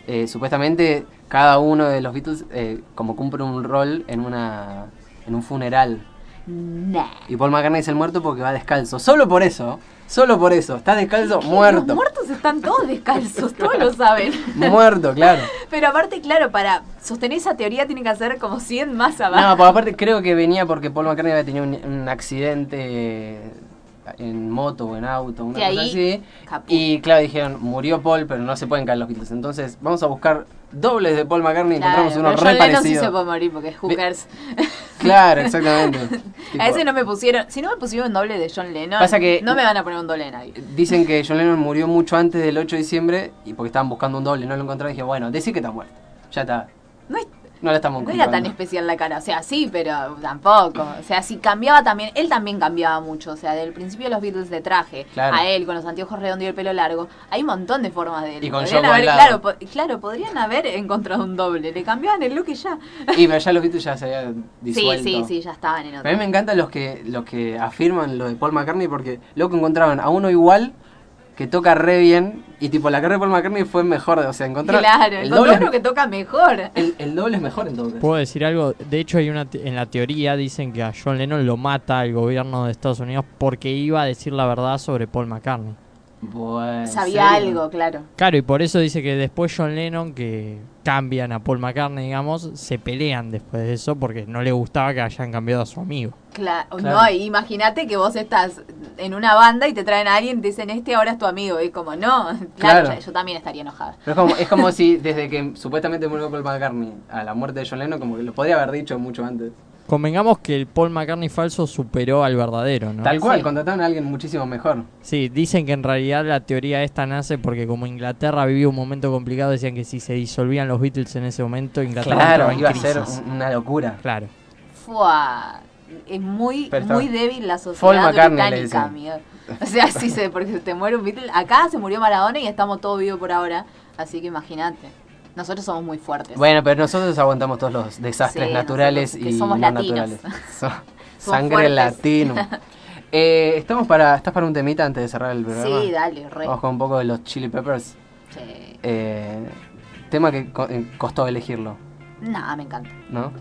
S1: eh, supuestamente cada uno de los Beatles eh, como cumple un rol en una en un funeral
S2: Nah.
S1: y Paul McCartney es el muerto porque va descalzo solo por eso solo por eso está descalzo
S2: Los
S1: muerto
S2: muertos están todos descalzos, todos lo saben.
S1: Muerto, claro.
S2: Pero aparte, claro, para sostener esa teoría tiene que hacer como 100 más abajo.
S1: pues, No, porque aparte creo que venía porque Paul McCartney había tenido un, un accidente en moto o en auto, una
S2: Sí,
S1: cosa
S2: ahí,
S1: así.
S2: caput.
S1: Y claro, dijeron, murió Paul, pero no se pueden caer los Beatles. Entonces, vamos a buscar dobles de Paul McCartney y
S2: Claro,
S1: encontramos uno
S2: pero
S1: re
S2: John Lennon sí se
S1: parecido.
S2: puede morir porque es Hookers.
S1: claro, exactamente. Tipo,
S2: A ese no me pusieron. Si no me pusieron un doble de John Lennon,
S1: Pasa que-
S2: no me van a poner un doble de nadie.
S1: Dicen que John Lennon murió mucho antes del 8 de diciembre y porque estaban buscando un doble, no lo encontraron. Dije, bueno, decir que está muerto. Ya está.
S2: No, es-
S1: No la estamos
S2: no era tan
S1: encontrando.
S2: especial la cara. O sea, sí, pero tampoco. O sea, si cambiaba también. Él también cambiaba mucho. O sea, del principio de los Beatles de traje
S1: Claro.
S2: a él con los anteojos redondos y el pelo largo. Hay un montón de formas de él.
S1: Y con
S2: Podrían
S1: Yoko al
S2: haber-
S1: lado.
S2: claro, po- claro, podrían haber encontrado un doble. Le cambiaban el look y ya.
S1: Y pero ya los Beatles ya se habían disuelto.
S2: Sí, sí, sí, ya estaban en
S1: A mí
S2: otro.
S1: me encantan los que, los que afirman lo de Paul McCartney porque luego encontraban a uno igual que toca re bien y tipo la carrera de Paul McCartney fue mejor. O sea, encontraron.
S2: Claro,
S1: el,
S2: encontró
S1: doble es,
S2: uno que toca mejor.
S1: el, el doble es mejor entonces.
S3: ¿Puedo decir algo? De hecho, hay una te- en la teoría dicen que a John Lennon lo mata el gobierno de Estados Unidos porque iba a decir la verdad sobre Paul McCartney.
S1: Bueno,
S2: Sabía
S1: sí.
S2: algo, claro.
S3: Claro, y por eso dice que después John Lennon, que cambian a Paul McCartney, digamos, se pelean después de eso porque no le gustaba que hayan cambiado a su amigo.
S2: Claro,
S1: Claro.
S2: no, imagínate que vos estás en una banda y te traen a alguien y te dicen, este ahora es tu amigo. Y como, no, claro,
S1: Claro.
S2: ya- yo también estaría enojada.
S1: Pero es como, es como si desde que supuestamente murió Paul McCartney a la muerte de John Lennon, como que lo podría haber dicho mucho antes.
S3: Convengamos que el Paul McCartney falso superó al verdadero, ¿no?
S1: Tal cual,
S2: Sí.
S1: contrataron a alguien muchísimo mejor.
S3: Sí, dicen que en realidad la teoría esta nace porque como Inglaterra vivía un momento complicado, decían que si se disolvían los Beatles en ese momento, Inglaterra entraba
S1: Claro,
S3: en
S1: iba a
S3: crisis.
S1: ser un- una locura.
S3: Claro.
S2: Fua, es muy,
S1: Pero está-
S2: muy débil la
S1: Paul
S2: sociedad
S1: McCartney le
S2: británica, amigo. O sea, sí sé, porque te muere un Beatle. Acá se murió Maradona y estamos todos vivos por ahora. Así que imagínate. Nosotros somos muy fuertes.
S1: Bueno, pero nosotros aguantamos todos los desastres
S2: Sí,
S1: naturales
S2: nosotros
S1: y
S2: que somos
S1: no
S2: latinos.
S1: naturales. So- sangre
S2: fuertes.
S1: latino. Eh, estamos para, ¿Estás para un temita antes de cerrar el programa?
S2: sí, dale, re.
S1: Vamos con un poco de los Chili Peppers.
S2: Sí.
S1: Eh, tema que co- eh, costó elegirlo,
S2: Nada, me encanta.
S1: ¿no?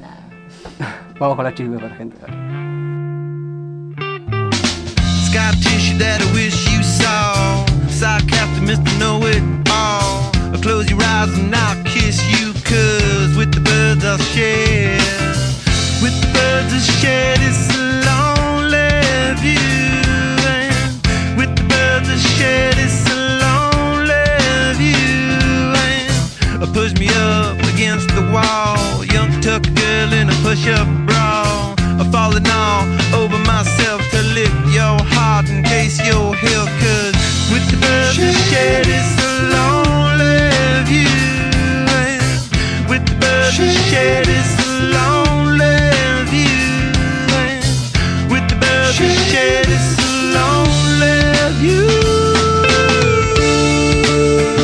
S2: Nah.
S1: Vamos con los Chili Peppers, gente.
S4: Scar tissue that I wish you saw. Sarcastic Mr. Know It All. I'll close your eyes and I'll kiss you, cause with the birds I'll share. With the birds I'll share this lonely view. And with the birds I'll share this lonely view. And I'll push me up against the wall. Young tuck girl in a push up bra. I'm falling all over myself to lift your heart in case you're here. Cause with the birds that shed is so lonely view. And With the birds that shed is so lonely view. And With the birds that shed is so lonely view.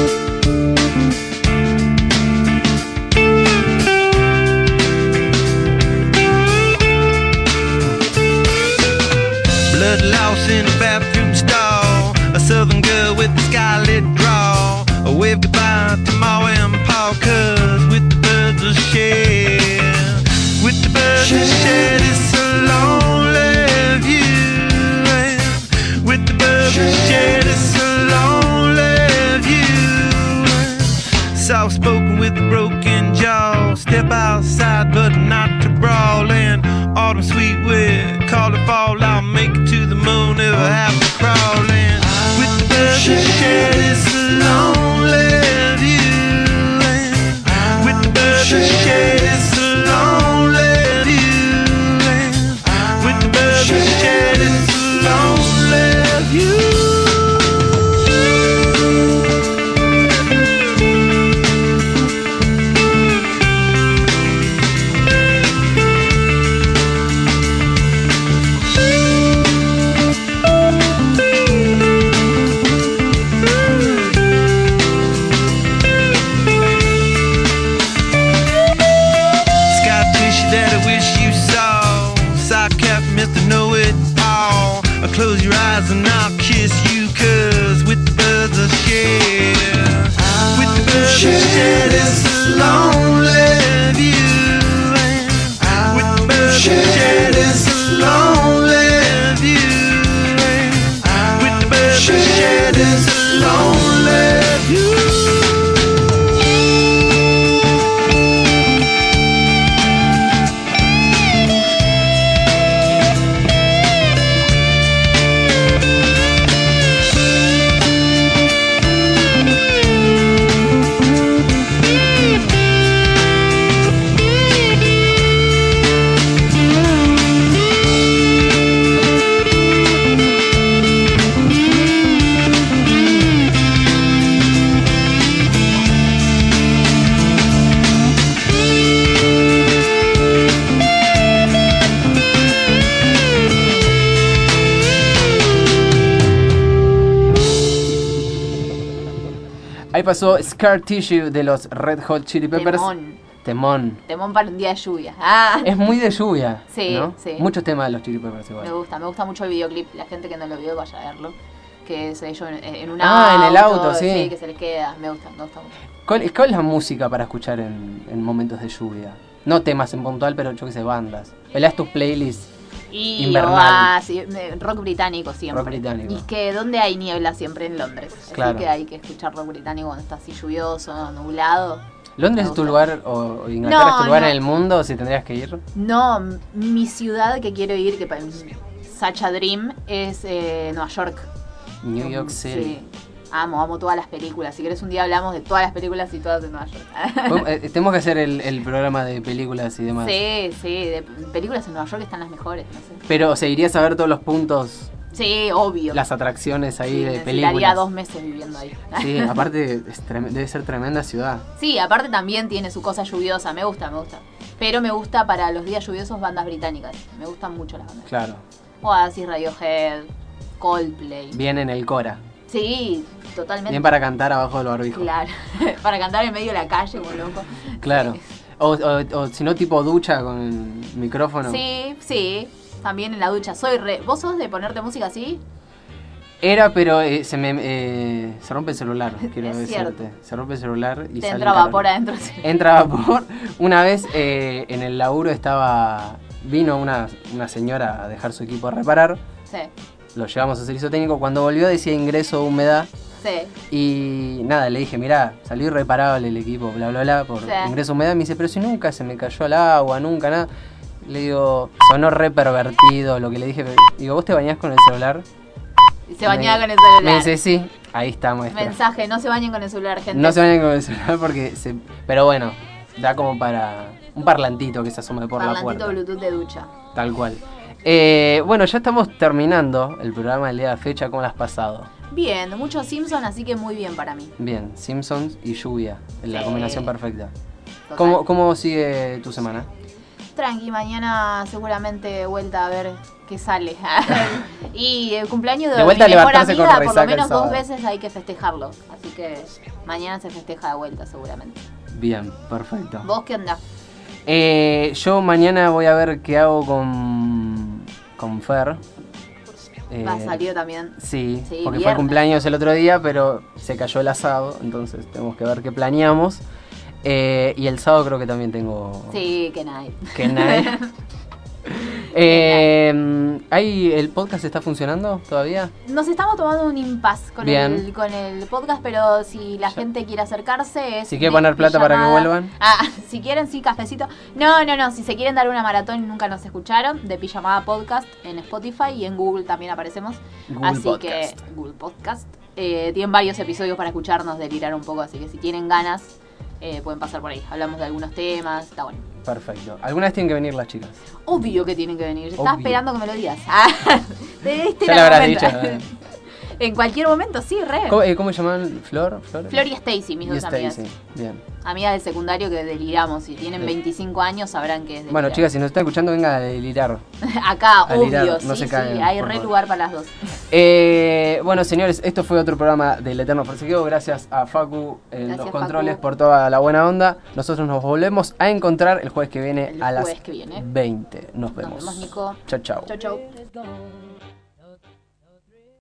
S4: Blood loss in a bathroom stall. A southern girl with a scarlet draw. A wave goodbye to Ma and Pa, 'cause with the birds of share. With the birds of share, it's a lonely view. And With the birds of share, it's a lonely view. Soft spoken with a broken jaw. Step outside, but not to brawl. And autumn sweet wind, call it fall. I'll make it to the moon, never have to crawl. And with the birds that shed, it's a lonely view. And with the birds that shed, it's a lonely view. And
S1: Ahí pasó Scar Tissue de los Red Hot Chili Peppers.
S2: Temón.
S1: Temón.
S2: Temón para un día de lluvia. Ah,
S1: Es muy de lluvia.
S2: Sí,
S1: ¿no?
S2: sí.
S1: Muchos temas de los Chili Peppers igual.
S2: me gusta, me gusta mucho el videoclip. La gente que no lo vio vaya a verlo. Que es ellos en, en un
S1: Ah,
S2: auto.
S1: en el auto, sí.
S2: que se les queda. Me gusta, me gusta mucho.
S1: ¿Cuál, cuál es la música para escuchar en, en momentos de lluvia? No temas en puntual, pero yo que sé, bandas. Velás tus playlists.
S2: Y
S1: Invernal.
S2: Oasis, eh, rock británico siempre.
S1: Rock británico.
S2: Y que donde hay niebla siempre en Londres.
S1: Claro.
S2: Así que hay que escuchar rock británico cuando está así lluvioso, nublado.
S1: ¿Londres
S2: Me
S1: es tu
S2: gusta.
S1: lugar o o Inglaterra
S2: No,
S1: es tu lugar
S2: no.
S1: en el mundo si tendrías que ir?
S2: No, m- mi ciudad que quiero ir, que para mí Sacha Dream, es eh, Nueva York.
S1: New York
S2: Sí.
S1: City.
S2: Amo, amo todas las películas. Si querés un día hablamos de todas las películas y todas de Nueva York.
S1: Podemos- eh, Tenemos que hacer el, el programa de películas y demás.
S2: sí, sí, de películas en Nueva York están las mejores. No sé.
S1: Pero, o sea, irías a ver todos los puntos,
S2: Sí, obvio.
S1: las atracciones ahí
S2: Sí,
S1: de
S2: necesitaría
S1: películas.
S2: dos meses viviendo ahí.
S1: Sí, aparte es trem- debe ser tremenda ciudad.
S2: Sí, aparte también tiene su cosa lluviosa, me gusta, me gusta. Pero me gusta para los días lluviosos bandas británicas. Me gustan mucho las bandas.
S1: Claro.
S2: Oasis, Radiohead, Coldplay.
S1: Bien en el Cora.
S2: Sí, totalmente.
S1: Bien para cantar abajo del barbijo.
S2: Claro, para cantar en medio de la calle como loco.
S1: Claro. O, o- o si no, tipo ducha con el micrófono.
S2: Sí, sí, también en la ducha. Soy re... ¿Vos sos de ponerte música así?
S1: Era, pero eh, se me eh, se rompe el celular, quiero
S2: Es
S1: decirte.
S2: cierto.
S1: Se rompe el celular y
S2: Te
S1: sale
S2: entra
S1: calor.
S2: vapor adentro. sí.
S1: Entra vapor. Una vez eh, en el laburo estaba. Vino una, una señora a dejar su equipo a reparar.
S2: Sí,
S1: Lo llevamos a servicio técnico. Cuando volvió decía ingreso de humedad.
S2: sí.
S1: Y nada, le dije, mirá, salió irreparable el equipo, bla, bla, bla, por
S2: Sí.
S1: ingreso de humedad. Me dice, pero si nunca se me cayó al agua, nunca nada. Le digo, sonó re pervertido lo que le dije. pero- Digo, ¿vos te bañás con el celular?
S2: Y se bañaba
S1: Me-
S2: con el celular.
S1: Me dice, sí, ahí está, maestra.
S2: Mensaje, no se bañen con el celular, gente.
S1: No se bañan con el celular porque se... Pero bueno, da como para un parlantito que se asome por la
S2: Parlantito
S1: puerta.
S2: Bluetooth de ducha.
S1: Tal cual. Eh, bueno, ya estamos terminando el programa del día de la fecha. ¿Cómo la has pasado?
S2: Bien, mucho Simpson, así que muy bien para mí.
S1: Bien, Simpsons y lluvia. La
S2: Sí.
S1: combinación perfecta.
S2: Total.
S1: ¿Cómo, ¿Cómo sigue tu semana?
S2: Tranqui, mañana seguramente vuelta a ver qué sale. y el cumpleaños de,
S1: De vuelta a
S2: mi mejor
S1: levantarse con
S2: amiga, por
S1: resaca
S2: lo
S1: el
S2: menos
S1: sábado.
S2: dos veces hay que festejarlo. Así que mañana se festeja de vuelta seguramente.
S1: Bien, perfecto.
S2: ¿Vos qué onda?
S1: Eh, yo mañana voy a ver qué hago con, con Fer. Eh,
S2: Va, salió también.
S1: Sí,
S2: Sí,
S1: porque fue el
S2: viernes.
S1: cumpleaños el otro día, pero se cayó el asado, entonces tenemos que ver qué planeamos. Eh, y el sábado creo que también tengo...
S2: Sí, que nadie.
S1: Que nadie. Eh, ¿hay- ¿El podcast está funcionando todavía?
S2: Nos estamos tomando un impasse con
S1: Bien.
S2: el, con el podcast, pero si la gente quiere acercarse... Es
S1: Si quiere poner plata para que
S2: llamada.
S1: vuelvan.
S2: Ah, si quieren, sí, cafecito. No, no, no, si se quieren dar una maratón y nunca nos escucharon, de Pijamada Podcast en Spotify y en Google también aparecemos.
S1: Google
S2: así
S1: Podcast.
S2: que Google Podcast. Eh, tienen varios episodios para escucharnos, delirar un poco, así que si tienen ganas, eh, pueden pasar por ahí. Hablamos de algunos temas, está bueno.
S1: Perfecto. Algunas tienen que venir las chicas.
S2: Obvio que tienen que venir. Estaba
S1: Obvio.
S2: esperando que me lo digas. Ah, de este
S1: Ya
S2: era
S1: lo habrás
S2: el
S1: dicho. ¿eh?
S2: momento. en cualquier momento, sí, re.
S1: ¿Cómo, eh, cómo se llaman? ¿Flor? ¿Flor?
S2: Flor y Stacy, mis
S1: Y
S2: dos amigas.
S1: Stacy. Bien.
S2: Amigas del secundario que deliramos. Si tienen
S1: Sí.
S2: 25 años, sabrán que es delirar.
S1: Bueno, chicas, si nos están escuchando, vengan a delirar.
S2: Acá,
S1: Al
S2: obvio,
S1: Hilar, no
S2: sí,
S1: se
S2: sí,
S1: caguen,
S2: hay
S1: por
S2: re
S1: favor.
S2: lugar para las dos.
S1: Eh, bueno, señores, esto fue otro programa del Eterno Forcejeo. Gracias a Facu en
S2: Gracias,
S1: los controles
S2: Facu.
S1: por toda la buena onda. Nosotros nos volvemos a encontrar el jueves que viene
S2: El
S1: a las
S2: jueves que viene.
S1: 20. Nos
S2: Nos
S1: vemos.
S2: vemos, Nico.
S1: Chao, chao.
S2: Chau, chau.
S5: is gone.